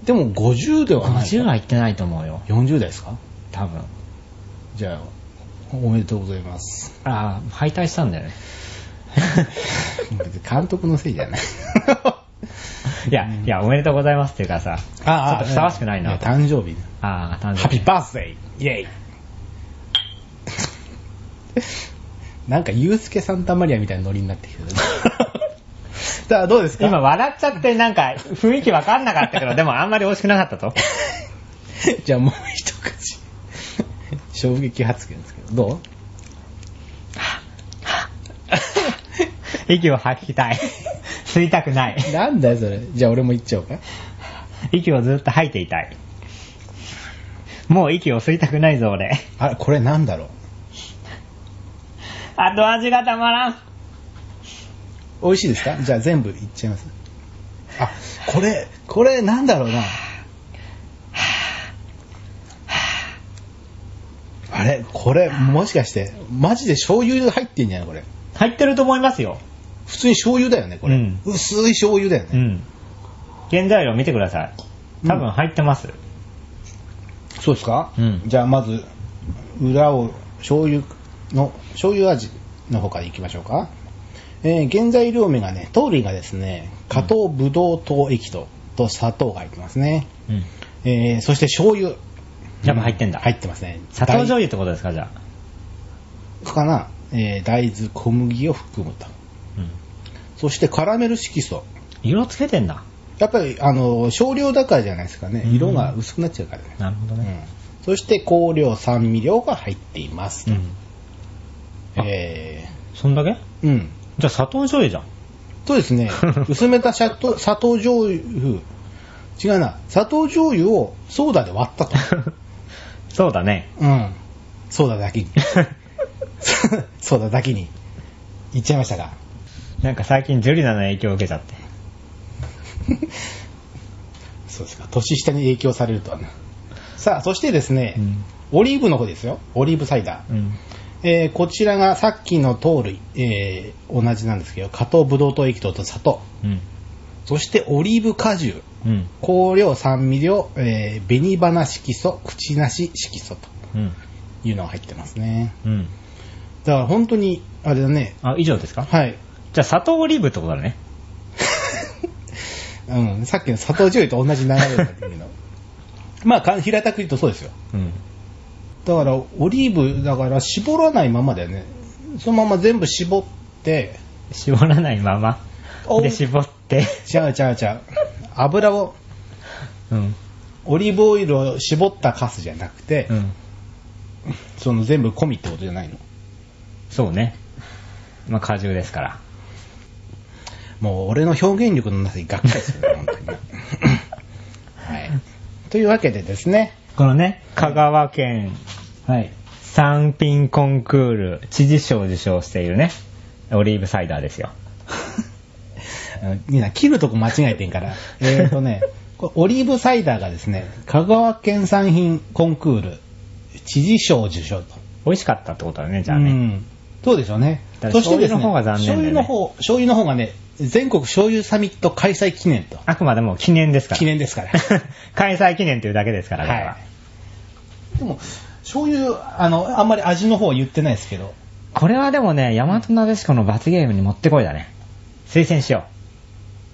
[SPEAKER 1] でも50ではないか。
[SPEAKER 2] 50は行ってないと思うよ。
[SPEAKER 1] 40代ですか
[SPEAKER 2] 多分。
[SPEAKER 1] じゃあ、おめでとうございます。
[SPEAKER 2] ああ、敗退したんだよね。
[SPEAKER 1] 別に 監督のせいじゃない。
[SPEAKER 2] いや、いや、おめでとうございますっていうかさ、ちょっとふさわしくないなと。
[SPEAKER 1] 誕生日。
[SPEAKER 2] ああ、誕
[SPEAKER 1] ハ
[SPEAKER 2] 生
[SPEAKER 1] ッピ
[SPEAKER 2] 日
[SPEAKER 1] ー。バースデーイェイなんか、ユうスケ・サンタマリアみたいなノリになってきて る。だからどうですか
[SPEAKER 2] 今笑っちゃってなんか雰囲気わかんなかったけど、でもあんまり美味しくなかったと。
[SPEAKER 1] じゃあもう一口。衝撃発言ですけど、どう
[SPEAKER 2] 息を吐きたい。吸いたくない。
[SPEAKER 1] なんだよそれ。じゃあ俺も言っちゃおうか。
[SPEAKER 2] 息をずっと吐いていたい。もう息を吸いたくないぞ、俺。
[SPEAKER 1] あれ、これなんだろ
[SPEAKER 2] 後味がたまらん。
[SPEAKER 1] う。美味しいですかじゃあ全部言っちゃいます。あ、これ、これなんだろうな。あれ、これ、もしかして、マジで醤油入ってんじゃないこれ。
[SPEAKER 2] 入ってると思いますよ。
[SPEAKER 1] 普通に醤油だよね、これ。
[SPEAKER 2] うん
[SPEAKER 1] 薄い醤油だよ
[SPEAKER 2] う
[SPEAKER 1] ね。
[SPEAKER 2] ん。原材料見てください。多分入ってます。
[SPEAKER 1] そうですか、
[SPEAKER 2] うん
[SPEAKER 1] じゃあまず、裏を、醤油の、醤油味の方からいきましょうか。えー原材料名がね、糖類がですね、加糖ブドウ糖液糖と砂糖が入ってますね。
[SPEAKER 2] うん。
[SPEAKER 1] えーそして醤油。
[SPEAKER 2] やっぱ入ってんだ
[SPEAKER 1] 入ってますね。
[SPEAKER 2] 砂糖醤
[SPEAKER 1] 油
[SPEAKER 2] 油ってことですか、じゃあ。
[SPEAKER 1] かな、えー大豆、小麦を含むと。
[SPEAKER 2] うん。
[SPEAKER 1] そしてカラメル色素。
[SPEAKER 2] 色つけてんだ。
[SPEAKER 1] やっぱり、あの、少量だからじゃないですかね。
[SPEAKER 2] うん
[SPEAKER 1] 色が薄くなっちゃうからね。
[SPEAKER 2] なるほど
[SPEAKER 1] うん。そして香料、酸味料が入っています。
[SPEAKER 2] うん。
[SPEAKER 1] え
[SPEAKER 2] そんだけ
[SPEAKER 1] ー、うん。
[SPEAKER 2] じゃあ砂糖醤油 じゃん。。
[SPEAKER 1] そうですね 薄めた砂糖砂糖醤油、違うな、砂糖醤油をソーダで割った と。
[SPEAKER 2] そうだね。
[SPEAKER 1] うん。ソーダだ けに。 ソーダだけに。いっちゃいましたか。
[SPEAKER 2] なんか最近ジュリナの影響を受けちゃって。
[SPEAKER 1] そうですか。年下に影響されるとはな。さあ、そしてですね、
[SPEAKER 2] うん
[SPEAKER 1] オリーブの方ですよ。オリーブサイダー。
[SPEAKER 2] うん。
[SPEAKER 1] えーこちらがさっきの糖類、えー同じなんですけど、加糖ブドウ糖液糖と砂糖。
[SPEAKER 2] うん。
[SPEAKER 1] そしてオリーブ果汁。
[SPEAKER 2] うん。
[SPEAKER 1] 香料、酸味料、えー、紅花色素、口なし色素と
[SPEAKER 2] うん。
[SPEAKER 1] いうのが入ってますね。
[SPEAKER 2] うん。
[SPEAKER 1] だから本当に、あれだね。
[SPEAKER 2] あ、以上ですか
[SPEAKER 1] はい。
[SPEAKER 2] じゃあ砂糖オリーブってことだね。
[SPEAKER 1] うん、さっきの砂糖醤油と同じ流れだったけど。 まあか、平たく言うとそうですよ。
[SPEAKER 2] うん。
[SPEAKER 1] だから、オリーブ、だから絞らないままだよね。そのまま全部絞って、
[SPEAKER 2] 絞らないまま。
[SPEAKER 1] お
[SPEAKER 2] で、絞って。
[SPEAKER 1] ちゃうちゃうちゃう。油を、
[SPEAKER 2] うん。
[SPEAKER 1] オリーブオイルを絞ったカスじゃなくて、
[SPEAKER 2] うん。
[SPEAKER 1] その全部込みってことじゃないの。
[SPEAKER 2] そうね。まあ、果汁ですから。
[SPEAKER 1] もう俺の表現力のなさにがっかりするね、本当 に。はい。というわけでですね、
[SPEAKER 2] このね、香川県、はい。産品コンクール、知事賞を受賞しているね、オリーブサイダーですよ。
[SPEAKER 1] あの みんな切るとこ間違えてん から。えっとね、これオリーブサイダーがですね、香川県産品コンクール、知事賞を受賞と。
[SPEAKER 2] 美味しかったってことだね、じゃあ
[SPEAKER 1] う
[SPEAKER 2] ね。
[SPEAKER 1] ん。そうでしょうね。
[SPEAKER 2] だか
[SPEAKER 1] そ
[SPEAKER 2] ら
[SPEAKER 1] してですね、
[SPEAKER 2] 醤油の方が残念だよね
[SPEAKER 1] 醤油の方、醤油の方がね、全国醤油サミット開催記念と。
[SPEAKER 2] あくまでも記念ですから。
[SPEAKER 1] 記念 ですから。
[SPEAKER 2] 開催記念というだけですから、これは。
[SPEAKER 1] はい。でも、醤油、あの、あんまり味の方は言ってないですけど、
[SPEAKER 2] これはでもね、大和なでしこの罰ゲームに持ってこいだね。推薦しよ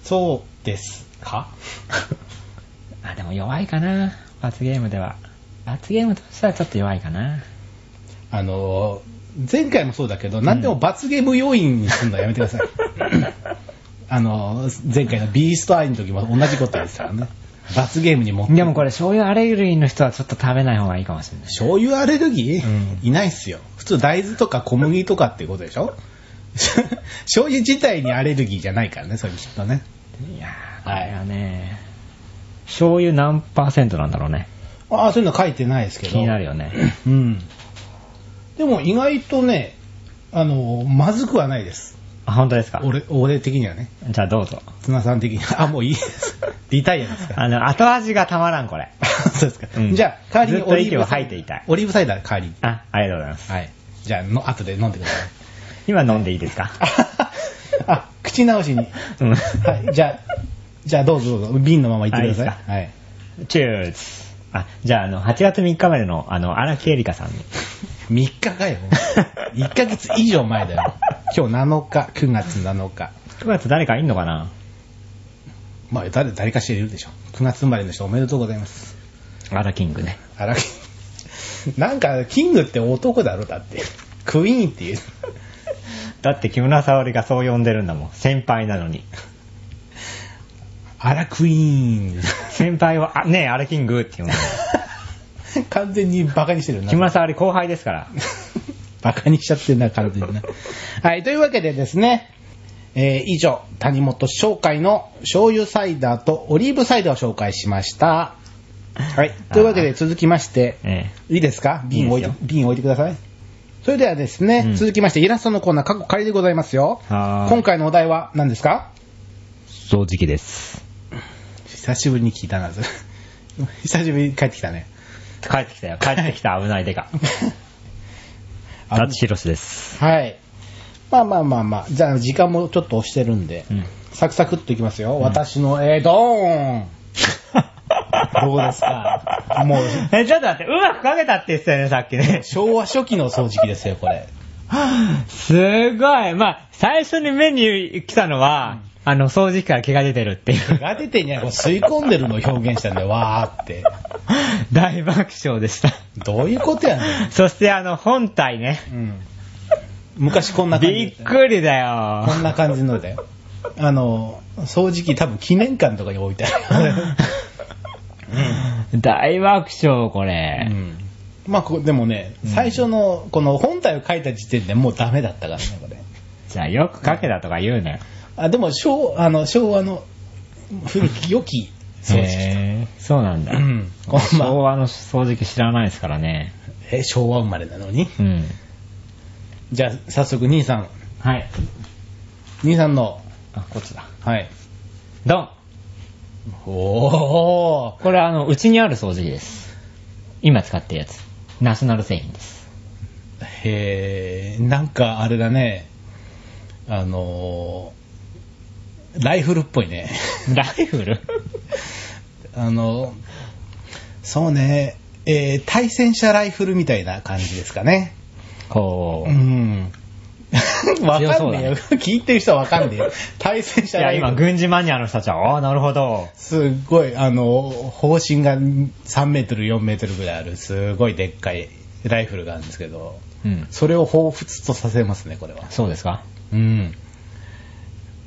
[SPEAKER 1] そうです か
[SPEAKER 2] う。あ、でも弱いかな。罰ゲームでは。罰ゲームとしてはちょっと弱いかな。
[SPEAKER 1] あの、前回もそうだけど、何でも罰ゲーム要因にするのはやめてくだ さい。あの、前回のビーストアイの時も同じことですからね。罰ゲームに持って。
[SPEAKER 2] でもこれ醤油アレルギーの人はちょっと食べない方がいいかもしれない。
[SPEAKER 1] 醤油アレルギー、
[SPEAKER 2] うん
[SPEAKER 1] いないっすよ。普通大豆とか小麦とかっていうことでしょ 醤油自体にアレルギーじゃないからね、それきっとね。
[SPEAKER 2] いやー、これはね、醤油何パーセントなんだろうね。
[SPEAKER 1] ああ、そういうの書いてないですけど。
[SPEAKER 2] 気になるよね。
[SPEAKER 1] うん。でも意外とね、あの、まずくはないです。
[SPEAKER 2] あ、本当ですか
[SPEAKER 1] 俺、俺的にはね。
[SPEAKER 2] じゃあどうぞ。
[SPEAKER 1] 綱さん的に は。あ、もうい いです。リタイアですか
[SPEAKER 2] あの、後味がたまらん、これ。
[SPEAKER 1] ら。 そうですか。
[SPEAKER 2] うん
[SPEAKER 1] じゃあ、代わりに
[SPEAKER 2] ずっと
[SPEAKER 1] オリー
[SPEAKER 2] 息
[SPEAKER 1] ブ
[SPEAKER 2] を
[SPEAKER 1] サ
[SPEAKER 2] 吐
[SPEAKER 1] イ
[SPEAKER 2] いていたい。
[SPEAKER 1] オリーブサイダー代わりに。
[SPEAKER 2] あ、ありがとうございます。
[SPEAKER 1] はい。じゃあ、の後で飲んでくだ さい。
[SPEAKER 2] 今飲んでいいですか
[SPEAKER 1] あ、口直しに。
[SPEAKER 2] うん
[SPEAKER 1] はい。じゃあ、じゃあどうぞどうぞ。瓶のままいってください。
[SPEAKER 2] あいいですか
[SPEAKER 1] はい。
[SPEAKER 2] チューズ。あ、じゃあ、あの、8月3日までの、あの、荒木絵里香さんに。
[SPEAKER 1] 3日かよ。1ヶ月以上前だ よ。今日7日、9月7日。
[SPEAKER 2] 9月誰かいんのかな
[SPEAKER 1] まあ、誰、誰かしらいるでしょ。9月生まれの人おめでとうございます。
[SPEAKER 2] アラキングね。
[SPEAKER 1] あら、なんか、キングって男だろ、だって。クイーンっていう。
[SPEAKER 2] だって木村沙織がそう呼んでるんだもん。先輩なのに。
[SPEAKER 1] あら、クイーン。
[SPEAKER 2] 先輩は、あ、ねえ、アラキングって呼んでる。
[SPEAKER 1] 完全にバカにしてるな
[SPEAKER 2] 木。村沙織後輩ですから。
[SPEAKER 1] バカにしちゃってるな、完全にな。はい、というわけでですね、えー以上、谷本商会の醤油サイダーとオリーブサイダーを紹介しました。はい、というわけで続きまして、
[SPEAKER 2] え
[SPEAKER 1] いいですか瓶を置い
[SPEAKER 2] いい
[SPEAKER 1] て
[SPEAKER 2] で、
[SPEAKER 1] 瓶を置いてください。それではですね、
[SPEAKER 2] うん
[SPEAKER 1] 続きましてイラストのコーナー、過去仮でございますよ。
[SPEAKER 2] はーい
[SPEAKER 1] 今回のお題は何ですか
[SPEAKER 2] え。掃除機です。
[SPEAKER 1] 久しぶりに聞いたな、それ久しぶりに帰ってきたね。
[SPEAKER 2] 帰ってきたよ。帰ってきた。危ないでか。舘ひろしです。
[SPEAKER 1] はい。まあまあまあまあ、じゃあ時間もちょっと押してるんで、
[SPEAKER 2] うん
[SPEAKER 1] サクサクっといきますよ。私の、えー、ドーンどうですかもう、
[SPEAKER 2] え、ちょっと待って、うまくかけたって言ってたよね、さっきね。
[SPEAKER 1] 昭和初期の掃除機ですよ、これ。
[SPEAKER 2] すごい。まあ、最初に目に来たのは、あの、掃除機から毛が出てるっていう。
[SPEAKER 1] が出てんじゃないこれ吸い込んでるのを表現したんだよ、わーって。
[SPEAKER 2] 大爆笑でした。
[SPEAKER 1] どういうことやねん。
[SPEAKER 2] そしてあの、本体ね。
[SPEAKER 1] うん。昔こんな感じだ
[SPEAKER 2] び
[SPEAKER 1] っ
[SPEAKER 2] った
[SPEAKER 1] よ。
[SPEAKER 2] くりだよ
[SPEAKER 1] こ。んな感じのだよ。あの、掃除機多分記念館とかに置いて あ
[SPEAKER 2] 大爆笑、こ
[SPEAKER 1] る。う
[SPEAKER 2] れ。
[SPEAKER 1] ん。まあこ、でもね、最初の、この本本体を書いた時点でもうダメだったからね、これ。
[SPEAKER 2] じゃあよく書けだとか言うなよ。
[SPEAKER 1] あ、でも昭あの昭和の古き良き掃除機。
[SPEAKER 2] へーそうなんだ。
[SPEAKER 1] うんこんばんは
[SPEAKER 2] 昭和の掃除機知らないですからね。
[SPEAKER 1] え、昭和生まれなのに
[SPEAKER 2] うん。
[SPEAKER 1] じゃあ、早速、兄さん。
[SPEAKER 2] はい。
[SPEAKER 1] 兄さんの、
[SPEAKER 2] あ、こっちだ。
[SPEAKER 1] はい。
[SPEAKER 2] ドン
[SPEAKER 1] おー。
[SPEAKER 2] これあの、うちにある掃除機です。今使ってるやつ。ナショナル製品です。
[SPEAKER 1] へー、なんかあれだね。あのー、ライフルっぽいね。
[SPEAKER 2] ライフル
[SPEAKER 1] あの、そうね、えー対戦車ライフルみたいな感じですかね。
[SPEAKER 2] こ
[SPEAKER 1] う
[SPEAKER 2] う。
[SPEAKER 1] ん。 わ
[SPEAKER 2] 強
[SPEAKER 1] か
[SPEAKER 2] そ
[SPEAKER 1] ん
[SPEAKER 2] うだ
[SPEAKER 1] ねえよ。
[SPEAKER 2] ね
[SPEAKER 1] 聞いてる人はわかんねえ よ。対戦
[SPEAKER 2] い
[SPEAKER 1] 車
[SPEAKER 2] や、
[SPEAKER 1] ライ
[SPEAKER 2] 今、
[SPEAKER 1] フル。
[SPEAKER 2] 軍事マニアの人たちは、ああ、なるほど。
[SPEAKER 1] すっごい、あの、方針が3メートル、4メートルぐらいある、すごいでっかいライフルがあるんですけど、
[SPEAKER 2] うん。
[SPEAKER 1] それを彷彿とさせますね、これは。
[SPEAKER 2] そうですか
[SPEAKER 1] うん。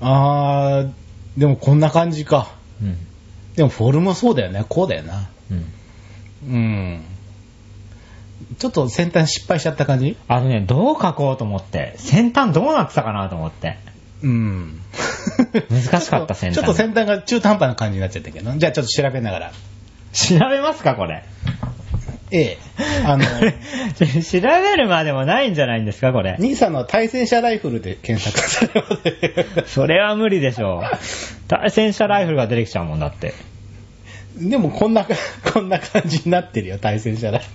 [SPEAKER 1] あー、でもこんな感じか。
[SPEAKER 2] うん。
[SPEAKER 1] でもフォルムそうだよね、こうだよな。
[SPEAKER 2] うん。
[SPEAKER 1] うん。ちょっと先端失敗しちゃった感じ
[SPEAKER 2] あのね、どう書こうと思って、先端どうなってたかなと思って。
[SPEAKER 1] うん。
[SPEAKER 2] 難しかった
[SPEAKER 1] ちょと
[SPEAKER 2] 先端
[SPEAKER 1] ちょっと先端が中途半端な感じになっちゃったけど。じゃあちょっと調べながら。
[SPEAKER 2] 調べますか、これ。
[SPEAKER 1] ええ。あの、
[SPEAKER 2] 調べるまでもないんじゃないんですか、これ。
[SPEAKER 1] 兄さんの対戦車ライフルで検索されますね
[SPEAKER 2] それは無理でしょう。対戦車ライフルが出てきちゃうもんだって。
[SPEAKER 1] でもこんな、こんな感じになってるよ、対戦車ライフ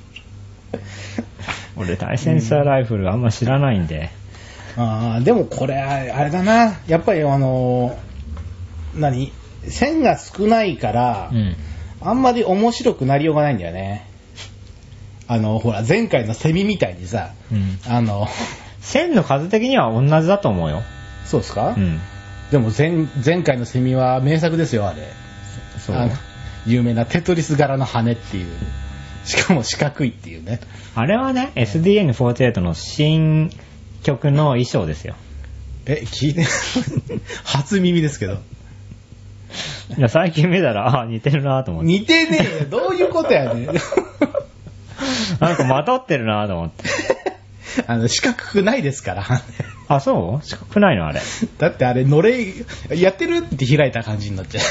[SPEAKER 2] 俺、対戦車ライフルあんま知らないんで。
[SPEAKER 1] ル。ああ、でもこれ、あれだな。やっぱりあの、何線が少ないから、
[SPEAKER 2] うん。
[SPEAKER 1] あんまり面白くなりようがないんだよね。あの、ほら、前回のセミみたいにさ、
[SPEAKER 2] うん。
[SPEAKER 1] あの、
[SPEAKER 2] 線の数的には同じだと思うよ。
[SPEAKER 1] そうですか、
[SPEAKER 2] うん。
[SPEAKER 1] でも前、前回のセミは名作ですよ、あれ。
[SPEAKER 2] そう。
[SPEAKER 1] あの
[SPEAKER 2] あ
[SPEAKER 1] 有名なテトリス柄の羽っていう。しかも四角いっていうね。
[SPEAKER 2] れはね、SDN48 の新曲の衣装 ですよ。
[SPEAKER 1] え、聞い て、初耳ですけど。
[SPEAKER 2] いや最近見たら、ああ、似てるなと思って。
[SPEAKER 1] 似てねえよ。どういうことやねん。
[SPEAKER 2] なんかまとってるなと思って。
[SPEAKER 1] あの、四角くないですから。
[SPEAKER 2] あ、そう四角くないのあれ。
[SPEAKER 1] だってあれ、のれん、やってるって開いた感じになっちゃ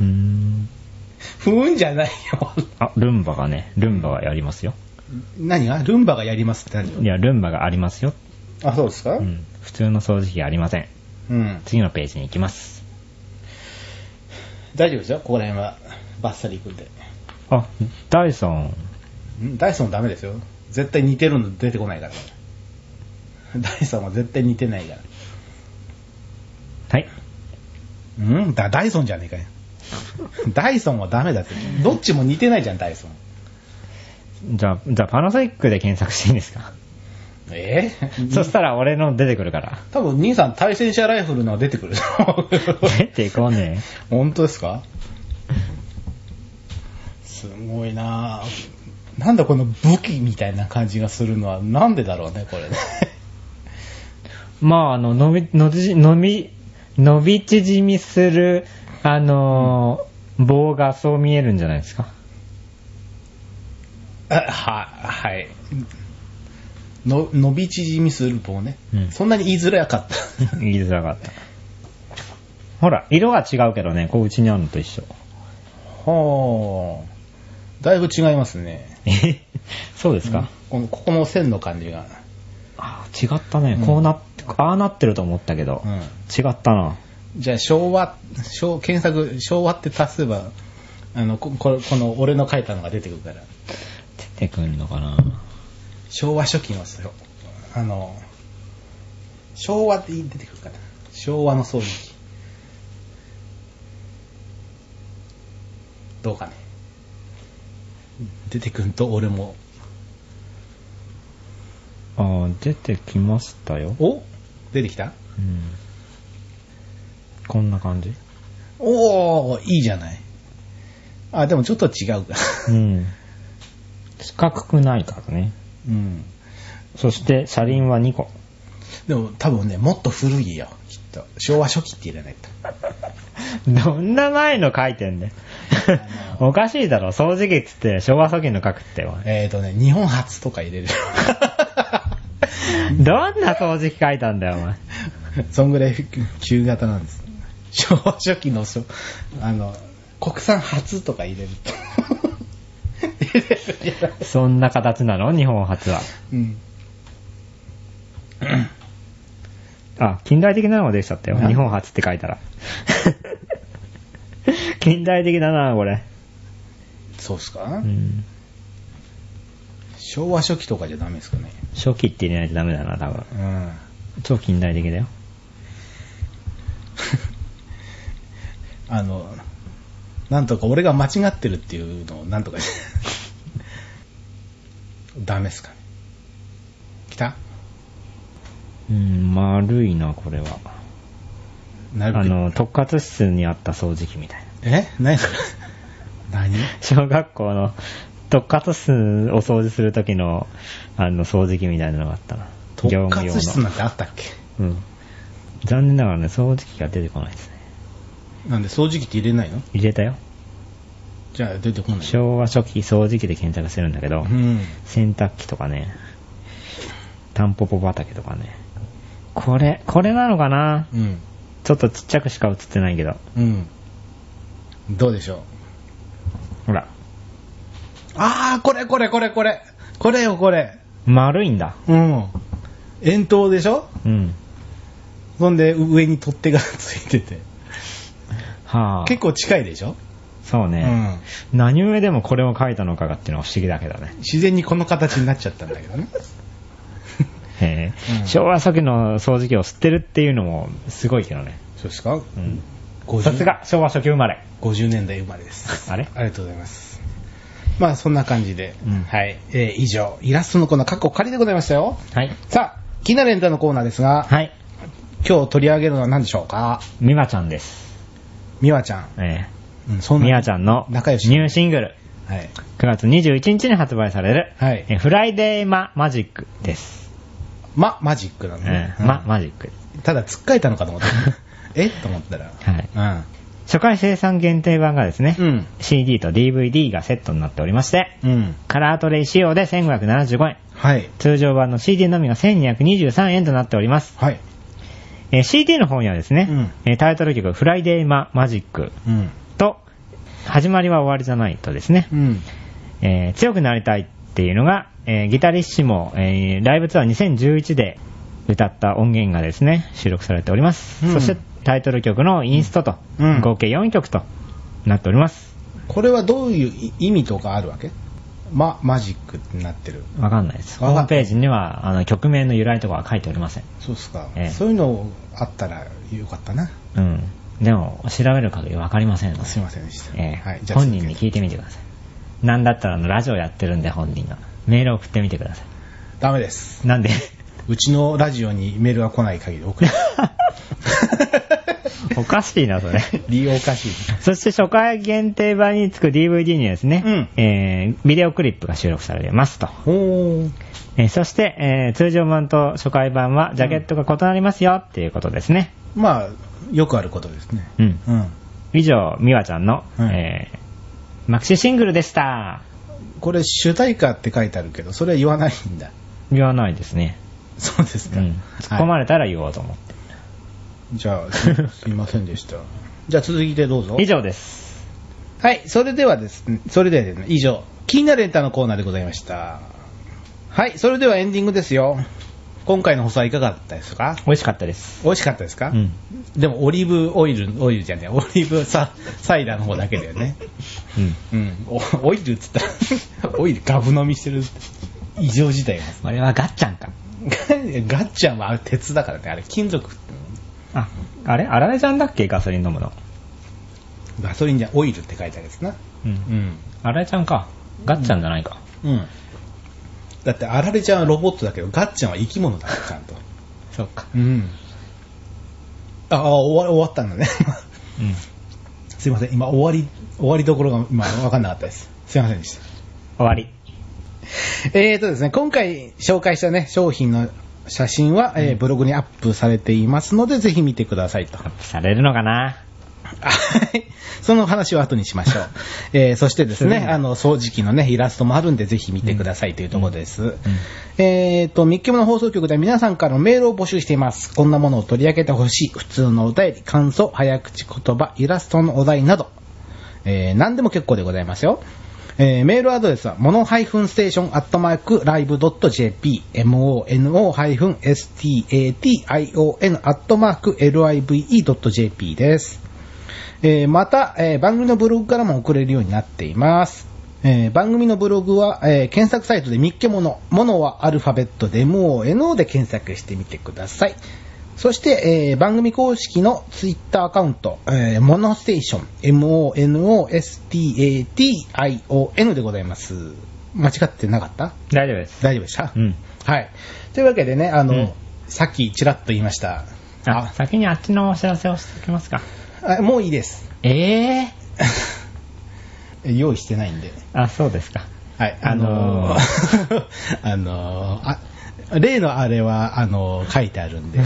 [SPEAKER 1] う。
[SPEAKER 2] うーん。
[SPEAKER 1] 不運じゃないよ。
[SPEAKER 2] あ、ルンバがね、ルンバがやりますよ。
[SPEAKER 1] 何がルンバがやりますって何
[SPEAKER 2] いや、ルンバがありますよ。
[SPEAKER 1] あ、そうですか
[SPEAKER 2] う
[SPEAKER 1] うん。
[SPEAKER 2] ん。普通の掃除機がありません。次のページに行きます。
[SPEAKER 1] 大丈夫ですよ。ここら辺は、バッサリいくんで。
[SPEAKER 2] あ、ダイソン。
[SPEAKER 1] んダイソンダメですよ。絶対似てるの出てこないから。ダイソンは絶対似てないから。
[SPEAKER 2] はい。
[SPEAKER 1] うんだ、ダイソンじゃねえかよ。 ダイソンはダメだって。どっちも似てないじゃん、ダイソン。
[SPEAKER 2] じゃあ、じゃあパナソニックで検索していいんですか
[SPEAKER 1] え
[SPEAKER 2] そしたら俺の出てく るから。
[SPEAKER 1] 多分、兄さん対戦車ライフルの出てくる。
[SPEAKER 2] 出てこね
[SPEAKER 1] 本当ですかすごいなぁ。なんだこの武器みたいな感じがするのはなんでだろうね、これね。
[SPEAKER 2] え。まあ、あの、伸び、伸び、伸び、伸び縮みする、あのー棒がそう見えるんじゃないですか。
[SPEAKER 1] あは、はい。の、伸び縮みする棒ね。
[SPEAKER 2] うん
[SPEAKER 1] そんなに言いづらかった。
[SPEAKER 2] 言いづらかった。ほら、色が違うけどね、こううちにあるのと一緒。
[SPEAKER 1] はぁ。だいぶ違いますね。
[SPEAKER 2] え そうですか、
[SPEAKER 1] この、ここの線の感じが。
[SPEAKER 2] あ違ったね。こうなって、ああなってると思ったけど、
[SPEAKER 1] うん
[SPEAKER 2] 違ったな。
[SPEAKER 1] じゃあ、昭和、昭、検索、昭和って足せば、あの、こ、ここの、俺の書いたのが出てくるから。
[SPEAKER 2] 出てくんのかな
[SPEAKER 1] 昭和初期のそうあの、昭和って出てくるかな。昭和の掃除機。どうかね。出てくんと俺も。
[SPEAKER 2] あー出てきましたよ。
[SPEAKER 1] お出てきた
[SPEAKER 2] うんこんな感じ
[SPEAKER 1] おー、いいじゃない。あ、でもちょっと違うか。
[SPEAKER 2] うん。四角くないからね。
[SPEAKER 1] うん。
[SPEAKER 2] そして、車輪は2個。
[SPEAKER 1] でも多分ね、もっと古いよ、きっと。昭和初期って入れないと。
[SPEAKER 2] どんな前の書いてんだよ。おかしいだろ。掃除機っつって昭和初期の書くってよ。
[SPEAKER 1] えーとね、日本初とか入れる。
[SPEAKER 2] どんな掃除機書いたんだよ、お前。
[SPEAKER 1] そんぐらい旧型なんです。昭和初期のそ、あの、国産初とか入れると。出てくる じゃない
[SPEAKER 2] そんな形なの日本初は。
[SPEAKER 1] うん。
[SPEAKER 2] あ、近代的なのができちゃったよ。
[SPEAKER 1] うん
[SPEAKER 2] 日本初って書いたら。 近代的だな、これ。
[SPEAKER 1] そうっすか、
[SPEAKER 2] うん。
[SPEAKER 1] 昭和初期とかじゃダメですかね。
[SPEAKER 2] 初期って入れないとダメだな、多分。
[SPEAKER 1] うん。
[SPEAKER 2] 超近代的だよ。
[SPEAKER 1] あの、なんとか俺が間違ってるっていうのをなんとか ダメっすかね。来た
[SPEAKER 2] うん、丸いな、これは。
[SPEAKER 1] な
[SPEAKER 2] あ
[SPEAKER 1] るべく。
[SPEAKER 2] の、特活室にあった掃除機みたいな。
[SPEAKER 1] え何それ何
[SPEAKER 2] 小学校の特活室を掃除するときの、あの、掃除機みたいなのがあったな。
[SPEAKER 1] 特活室
[SPEAKER 2] の
[SPEAKER 1] なんてあったっけ
[SPEAKER 2] うん。残念ながらね、掃除機が出てこないですね。
[SPEAKER 1] なんで掃除機って入れないの
[SPEAKER 2] 入れたよ。
[SPEAKER 1] じゃあ出てこない。
[SPEAKER 2] 昭和初期掃除機で検索してるんだけど、
[SPEAKER 1] うん。
[SPEAKER 2] 洗濯機とかね、タンポポ畑とかね。これ、これなのかな
[SPEAKER 1] うん。
[SPEAKER 2] ちょっとちっちゃくしか映ってないけど。
[SPEAKER 1] うん。どうでしょう
[SPEAKER 2] ほら、
[SPEAKER 1] あー、これこれこれこれ。これよこれ。
[SPEAKER 2] 丸いんだ。
[SPEAKER 1] うん。円筒でしょ
[SPEAKER 2] うん。
[SPEAKER 1] そんで上に取っ手がついてて。
[SPEAKER 2] はあ。
[SPEAKER 1] 結構近いでしょ
[SPEAKER 2] そう
[SPEAKER 1] う
[SPEAKER 2] ね。
[SPEAKER 1] ん。
[SPEAKER 2] 何故でもこれを書いたのかがっていうのは不思議だけどね。
[SPEAKER 1] 自然にこの形になっちゃったんだけどね。
[SPEAKER 2] へえ
[SPEAKER 1] うん
[SPEAKER 2] 昭和初期の掃除機を吸ってるっていうのもすごいけどね。
[SPEAKER 1] そうですか
[SPEAKER 2] うん。
[SPEAKER 1] 50
[SPEAKER 2] さすが、昭和初期生まれ。
[SPEAKER 1] 50年代生まれです。
[SPEAKER 2] あれ
[SPEAKER 1] ありがとうございます。まあそんな感じで、
[SPEAKER 2] うん
[SPEAKER 1] はい。えー以上、イラストのコーナー、カッコ仮でございましたよ。
[SPEAKER 2] はい。
[SPEAKER 1] さあ、気になるエンタのコーナーですが、
[SPEAKER 2] はい。
[SPEAKER 1] 今日取り上げるのは何でしょうか
[SPEAKER 2] 美和ちゃんです。
[SPEAKER 1] 美和ちゃん。
[SPEAKER 2] え
[SPEAKER 1] うん、そ
[SPEAKER 2] え。
[SPEAKER 1] ん
[SPEAKER 2] 美和
[SPEAKER 1] な。
[SPEAKER 2] ちゃんのニ
[SPEAKER 1] 仲良し
[SPEAKER 2] ューシングル。
[SPEAKER 1] はい。
[SPEAKER 2] 9月21日に発売される、
[SPEAKER 1] はい
[SPEAKER 2] えフライデーママジックです。
[SPEAKER 1] ま、マジックなの
[SPEAKER 2] え
[SPEAKER 1] ね。
[SPEAKER 2] え
[SPEAKER 1] うん
[SPEAKER 2] ママジック。
[SPEAKER 1] ただ、つっかえたのかと思 った。えと思ったら。
[SPEAKER 2] はい初回生産限定版がですね、
[SPEAKER 1] うん。うん。
[SPEAKER 2] CD と DVD がセットになっておりまして、
[SPEAKER 1] うん。
[SPEAKER 2] カラートレイ仕様で1575円。
[SPEAKER 1] はい。
[SPEAKER 2] 通常版の CD のみが1223円となっております。
[SPEAKER 1] はい。
[SPEAKER 2] えー CD の方にはですね、えータイトル曲、フライデーママジック
[SPEAKER 1] うん。
[SPEAKER 2] と、始まりは終わりじゃないとですね、
[SPEAKER 1] うん。
[SPEAKER 2] えー強くなりたいっていうのが、えーギタリッシモ、えーライブツアー2011で歌った音源がですね、収録されております。
[SPEAKER 1] うん
[SPEAKER 2] そしてタイトル曲のインストと、
[SPEAKER 1] うん
[SPEAKER 2] 合計4曲となっております。
[SPEAKER 1] これはどういう意味とかあるわけま、マジックってなってる。
[SPEAKER 2] わかんないです。ホ
[SPEAKER 1] わかん
[SPEAKER 2] ームページにはあの曲名の由来とかは書いておりません。
[SPEAKER 1] そうっすか。
[SPEAKER 2] ええ
[SPEAKER 1] そういうのあったらよかったな。
[SPEAKER 2] うん。でも、調べる限りわかりませんので。
[SPEAKER 1] すいませんでした。
[SPEAKER 2] えー
[SPEAKER 1] はい。じゃあ
[SPEAKER 2] 本人に聞いてみてください。なんだったらあのラジオやってるんで本人が。メール送ってみてくださ
[SPEAKER 1] ダメです。
[SPEAKER 2] い。 なんで
[SPEAKER 1] うちのラジオにメールが来ない限り送る。
[SPEAKER 2] おかしいな、それ。
[SPEAKER 1] 理由おかしい。
[SPEAKER 2] そして初回限定版につく DVD にはですね、えービデオクリップが収録されますと。
[SPEAKER 1] おー。
[SPEAKER 2] えーそして、えー通常版と初回版はジャケットが異なりますよっていうことですね。
[SPEAKER 1] まあ、よくあることですね。
[SPEAKER 2] うん。
[SPEAKER 1] うん。
[SPEAKER 2] 以上、みわちゃんの、
[SPEAKER 1] うん
[SPEAKER 2] えーマキシシングルでした。
[SPEAKER 1] これ主題歌って書いてあるけど、それは言わないんだ。
[SPEAKER 2] 言わないですね。
[SPEAKER 1] そうです
[SPEAKER 2] う
[SPEAKER 1] か。
[SPEAKER 2] ん。突っ込
[SPEAKER 1] は
[SPEAKER 2] まれたら言おうと思って。
[SPEAKER 1] いじゃあ、すすいませんでした。 じゃあ続いてどうぞ
[SPEAKER 2] 以。上です。
[SPEAKER 1] はい、それではですね、それではですね、以上、気になるエンタのコーナーでございました。はい、それではエンディングですよ。今回の放送はいかがだったですか
[SPEAKER 2] 美味しかったです。
[SPEAKER 1] 美味しかったですか、
[SPEAKER 2] うん。
[SPEAKER 1] でもオリーブオイル、オイルじゃねえ、オリーブササイダーの方だけだよね。
[SPEAKER 2] うん。
[SPEAKER 1] うん、おオイルっつったら、オ イルガブ飲みしてる異常事態が。
[SPEAKER 2] あれはガッチャンか。
[SPEAKER 1] ガッチャンはあれ鉄だからね、あれ金属って
[SPEAKER 2] あ、あれあられちゃんだっけガソリン飲むの。
[SPEAKER 1] ガソリンじゃオイルって書いてあるやつな。
[SPEAKER 2] う。
[SPEAKER 1] うんん。
[SPEAKER 2] あられちゃんか。ガッチャンじゃないか。
[SPEAKER 1] うん。だって、あられちゃんはロボットだけど、ガッチャンは生き物だから、ちゃんと。
[SPEAKER 2] そっか。
[SPEAKER 1] うん。ああ、終わ終わったんだね。
[SPEAKER 2] うん。
[SPEAKER 1] すいません、今終わり、終わりどころが今分かんなかったです。すいませんでした。
[SPEAKER 2] 終わり。
[SPEAKER 1] えーとですね、今回紹介したね、商品の写真は、えーブログにアップされていますので、ぜひ見てくださいと
[SPEAKER 2] ア。ップされるのかな
[SPEAKER 1] はいその話は後にしましょ う。えーそしてですね、あの、掃除機のね、イラストもあるんで、ぜひ見てくださいというところです。えっ、と、ミッキムの放送局では皆さんからのメールを募集しています。こんなものを取り上げてほしい、普通のお便り、感想、早口言葉、イラストのお題など、えー何でも結構でございますよ。えーメールアドレスは、モノハイフンステーションアットマークライブドット JP、mono ハイフン station アットマーク live ドット JP です。えーまた、えー番組のブログからも送れるようになっています。えー番組のブログは、えー検索サイトでみっけもの、ものはアルファベットで MONO で検索してみてください。そして、えー番組公式のツイッターアカウント、えーモノステーション、MONOSTATION でございます。間違ってなかった
[SPEAKER 2] 大丈夫です。
[SPEAKER 1] 大丈夫でした、
[SPEAKER 2] うん。
[SPEAKER 1] はい。というわけでね、あの、
[SPEAKER 2] うん
[SPEAKER 1] さっきちらっと言いました。
[SPEAKER 2] あ、先にあっちのお知らせをしておきますか。
[SPEAKER 1] あもういいです。
[SPEAKER 2] ええ
[SPEAKER 1] 用意してないんで。
[SPEAKER 2] あ、そうですか。
[SPEAKER 1] はい、あのー あのーあ、例のあれは、あのー書いてあるん で。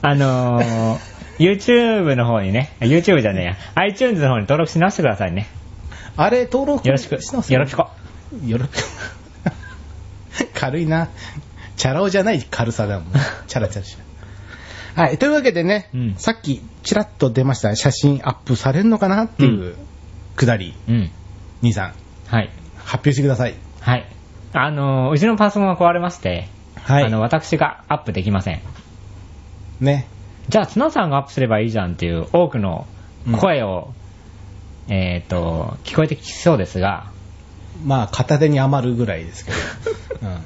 [SPEAKER 2] あのー、YouTube の方にね、YouTube じゃねえや、iTunes の方に登録し直してくださいね。
[SPEAKER 1] あれ、登録
[SPEAKER 2] よろしく。
[SPEAKER 1] 直す
[SPEAKER 2] よろしく。
[SPEAKER 1] よろしく。 軽いな。チャラ男じゃない軽さだもんね。チャラチャラしないはい、というわけでね、
[SPEAKER 2] うん
[SPEAKER 1] さっき、ちらっと出ました、写真アップされるのかなっていう、くだり、
[SPEAKER 2] うん。
[SPEAKER 1] 兄さん、
[SPEAKER 2] はい。
[SPEAKER 1] 発表してください。
[SPEAKER 2] はい。あのー、うちのパソコンが壊れまして、
[SPEAKER 1] はい
[SPEAKER 2] あの、私がアップできません。
[SPEAKER 1] ね。
[SPEAKER 2] じゃあ、綱さんがアップすればいいじゃんっていう多くの声を、えっ、と、聞こえてきそうですが、
[SPEAKER 1] まあ、片手に余るぐらい ですけど。うん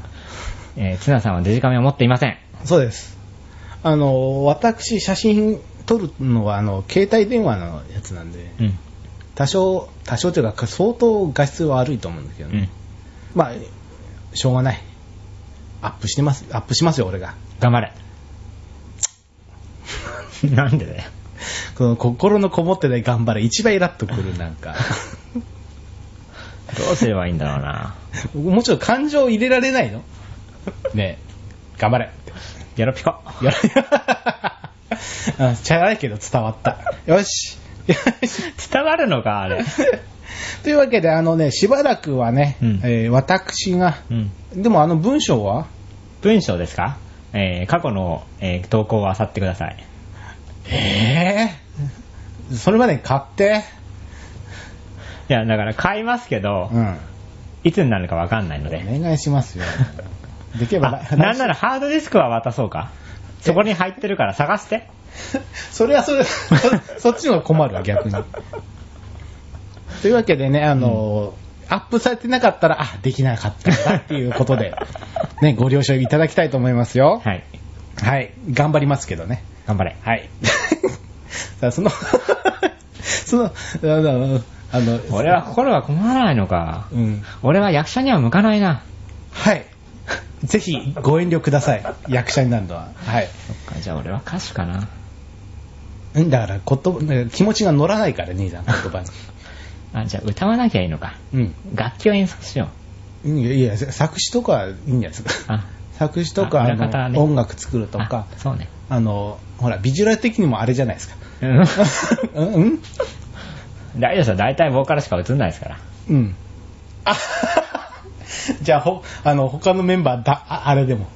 [SPEAKER 2] えー、綱さんはデジカメを持っていません。
[SPEAKER 1] そうです。あの、私、写真撮るのは、あの、携帯電話のやつなんで、
[SPEAKER 2] うん。
[SPEAKER 1] 多少、多少というか、相当画質は悪いと思うんですけど
[SPEAKER 2] う
[SPEAKER 1] ね。
[SPEAKER 2] ん。
[SPEAKER 1] まあ、しょうがない。アップしてます、アップしますよ、俺が。
[SPEAKER 2] 頑 張れ。なんでだよ。
[SPEAKER 1] この心のこもってない頑張れ、一番イラッとくる、なんか。
[SPEAKER 2] どうすればいいんだろうな。
[SPEAKER 1] もうちょっと感情入れられないのねえ、頑張れ。
[SPEAKER 2] よろぴこ。
[SPEAKER 1] やら あチャラいけど伝わった。よし。よし。
[SPEAKER 2] 伝わるのか、あれ。
[SPEAKER 1] というわけで、あのね、しばらくはね、
[SPEAKER 2] うん
[SPEAKER 1] えー私が、
[SPEAKER 2] うん。
[SPEAKER 1] でもあの文章は、
[SPEAKER 2] 文章ですかえー、過去の、えー投稿を漁ってください。
[SPEAKER 1] えー、それまでに買って、
[SPEAKER 2] いや、だから買いますけど、
[SPEAKER 1] うん、
[SPEAKER 2] いつになるかわかんないので。
[SPEAKER 1] お願いします よ。できれば来
[SPEAKER 2] あ、 なんなら
[SPEAKER 1] 来
[SPEAKER 2] ハードディスクは渡そうか。そこに入ってるから探して。
[SPEAKER 1] 週 それはそれ、 そそっちの方が困るわ、逆 に。というわけでね、あのアップされてなかったら、あ、できなかったんだっていうことで、ね、ご了承いただきたいと思いますよ。
[SPEAKER 2] はい。
[SPEAKER 1] はい、頑張りますけどね。
[SPEAKER 2] 頑張れ。
[SPEAKER 1] はい。 さあその、その、あの、あの
[SPEAKER 2] 俺は、心が困らないのか。
[SPEAKER 1] うん。
[SPEAKER 2] 俺は役者には向かないな。
[SPEAKER 1] はい。ぜひご遠慮ください。役者になるのは。はい。
[SPEAKER 2] そっか、じゃあ俺は歌手かな。
[SPEAKER 1] うんだから言葉、気持ちが乗らないから、兄さん、言葉に。
[SPEAKER 2] あ、じゃあ歌わなきゃいいのか。
[SPEAKER 1] うん
[SPEAKER 2] 楽器を演奏しよ
[SPEAKER 1] いや。いや、作詞とかいいんじゃないです
[SPEAKER 2] う。
[SPEAKER 1] か。
[SPEAKER 2] あ、
[SPEAKER 1] 作詞とか、
[SPEAKER 2] あ
[SPEAKER 1] あ
[SPEAKER 2] 裏方
[SPEAKER 1] の、
[SPEAKER 2] ね
[SPEAKER 1] 音楽作るとか、
[SPEAKER 2] あそうね。
[SPEAKER 1] あの、ほら、ビジュアル的にもあれじゃないですか。
[SPEAKER 2] うん。
[SPEAKER 1] うんうん
[SPEAKER 2] 大丈夫ですよ。大体ボーカルしか映んないですから。
[SPEAKER 1] うん。あ じゃあ、ほ、あの、他のメンバーだ、ああれでも。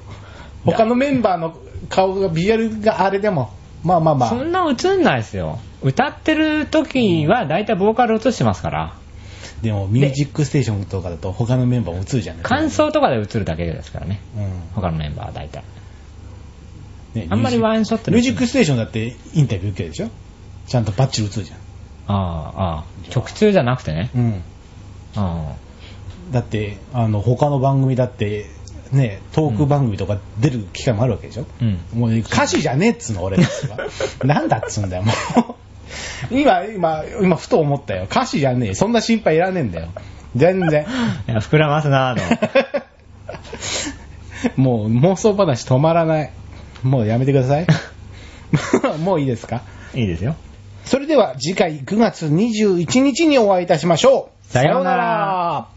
[SPEAKER 1] 他のメンバーの顔が、ビジュアルがあれでも、まあまあまあ。
[SPEAKER 2] そんな映んないですよ。歌ってる時は大体ボーカル映してますから。
[SPEAKER 1] でも、ミュージックステーションとかだと他のメンバーも映るじゃない
[SPEAKER 2] 感想とかで映るだけですからね。
[SPEAKER 1] う
[SPEAKER 2] 他のメンバーは大体。
[SPEAKER 1] ん。ね
[SPEAKER 2] あんまりワンショット
[SPEAKER 1] ミュ
[SPEAKER 2] で
[SPEAKER 1] ージックステーションだってインタビュー受けるでしょちゃんとバッチリ映るじゃん。
[SPEAKER 2] ああ、ああ。直通じゃなくてね。
[SPEAKER 1] うん。
[SPEAKER 2] あ
[SPEAKER 1] だって、あの、他の番組だって、ね、トーク番組とか出る機会もあるわけでしょ、
[SPEAKER 2] あ。うん。
[SPEAKER 1] もう歌詞じゃねえっつうの、俺たち は。なんだっつうんだよ、もう。今、今、今、ふと思ったよ。歌詞じゃねえ。そんな心配いらねえんだよ。全然。
[SPEAKER 2] いや、膨らますなぁと。
[SPEAKER 1] もう妄想話止まらない。もうやめてください。 もういいですか
[SPEAKER 2] いいですよ。
[SPEAKER 1] それでは次回9月21日にお会いいたしましょう。
[SPEAKER 2] さようなら
[SPEAKER 1] さようなら。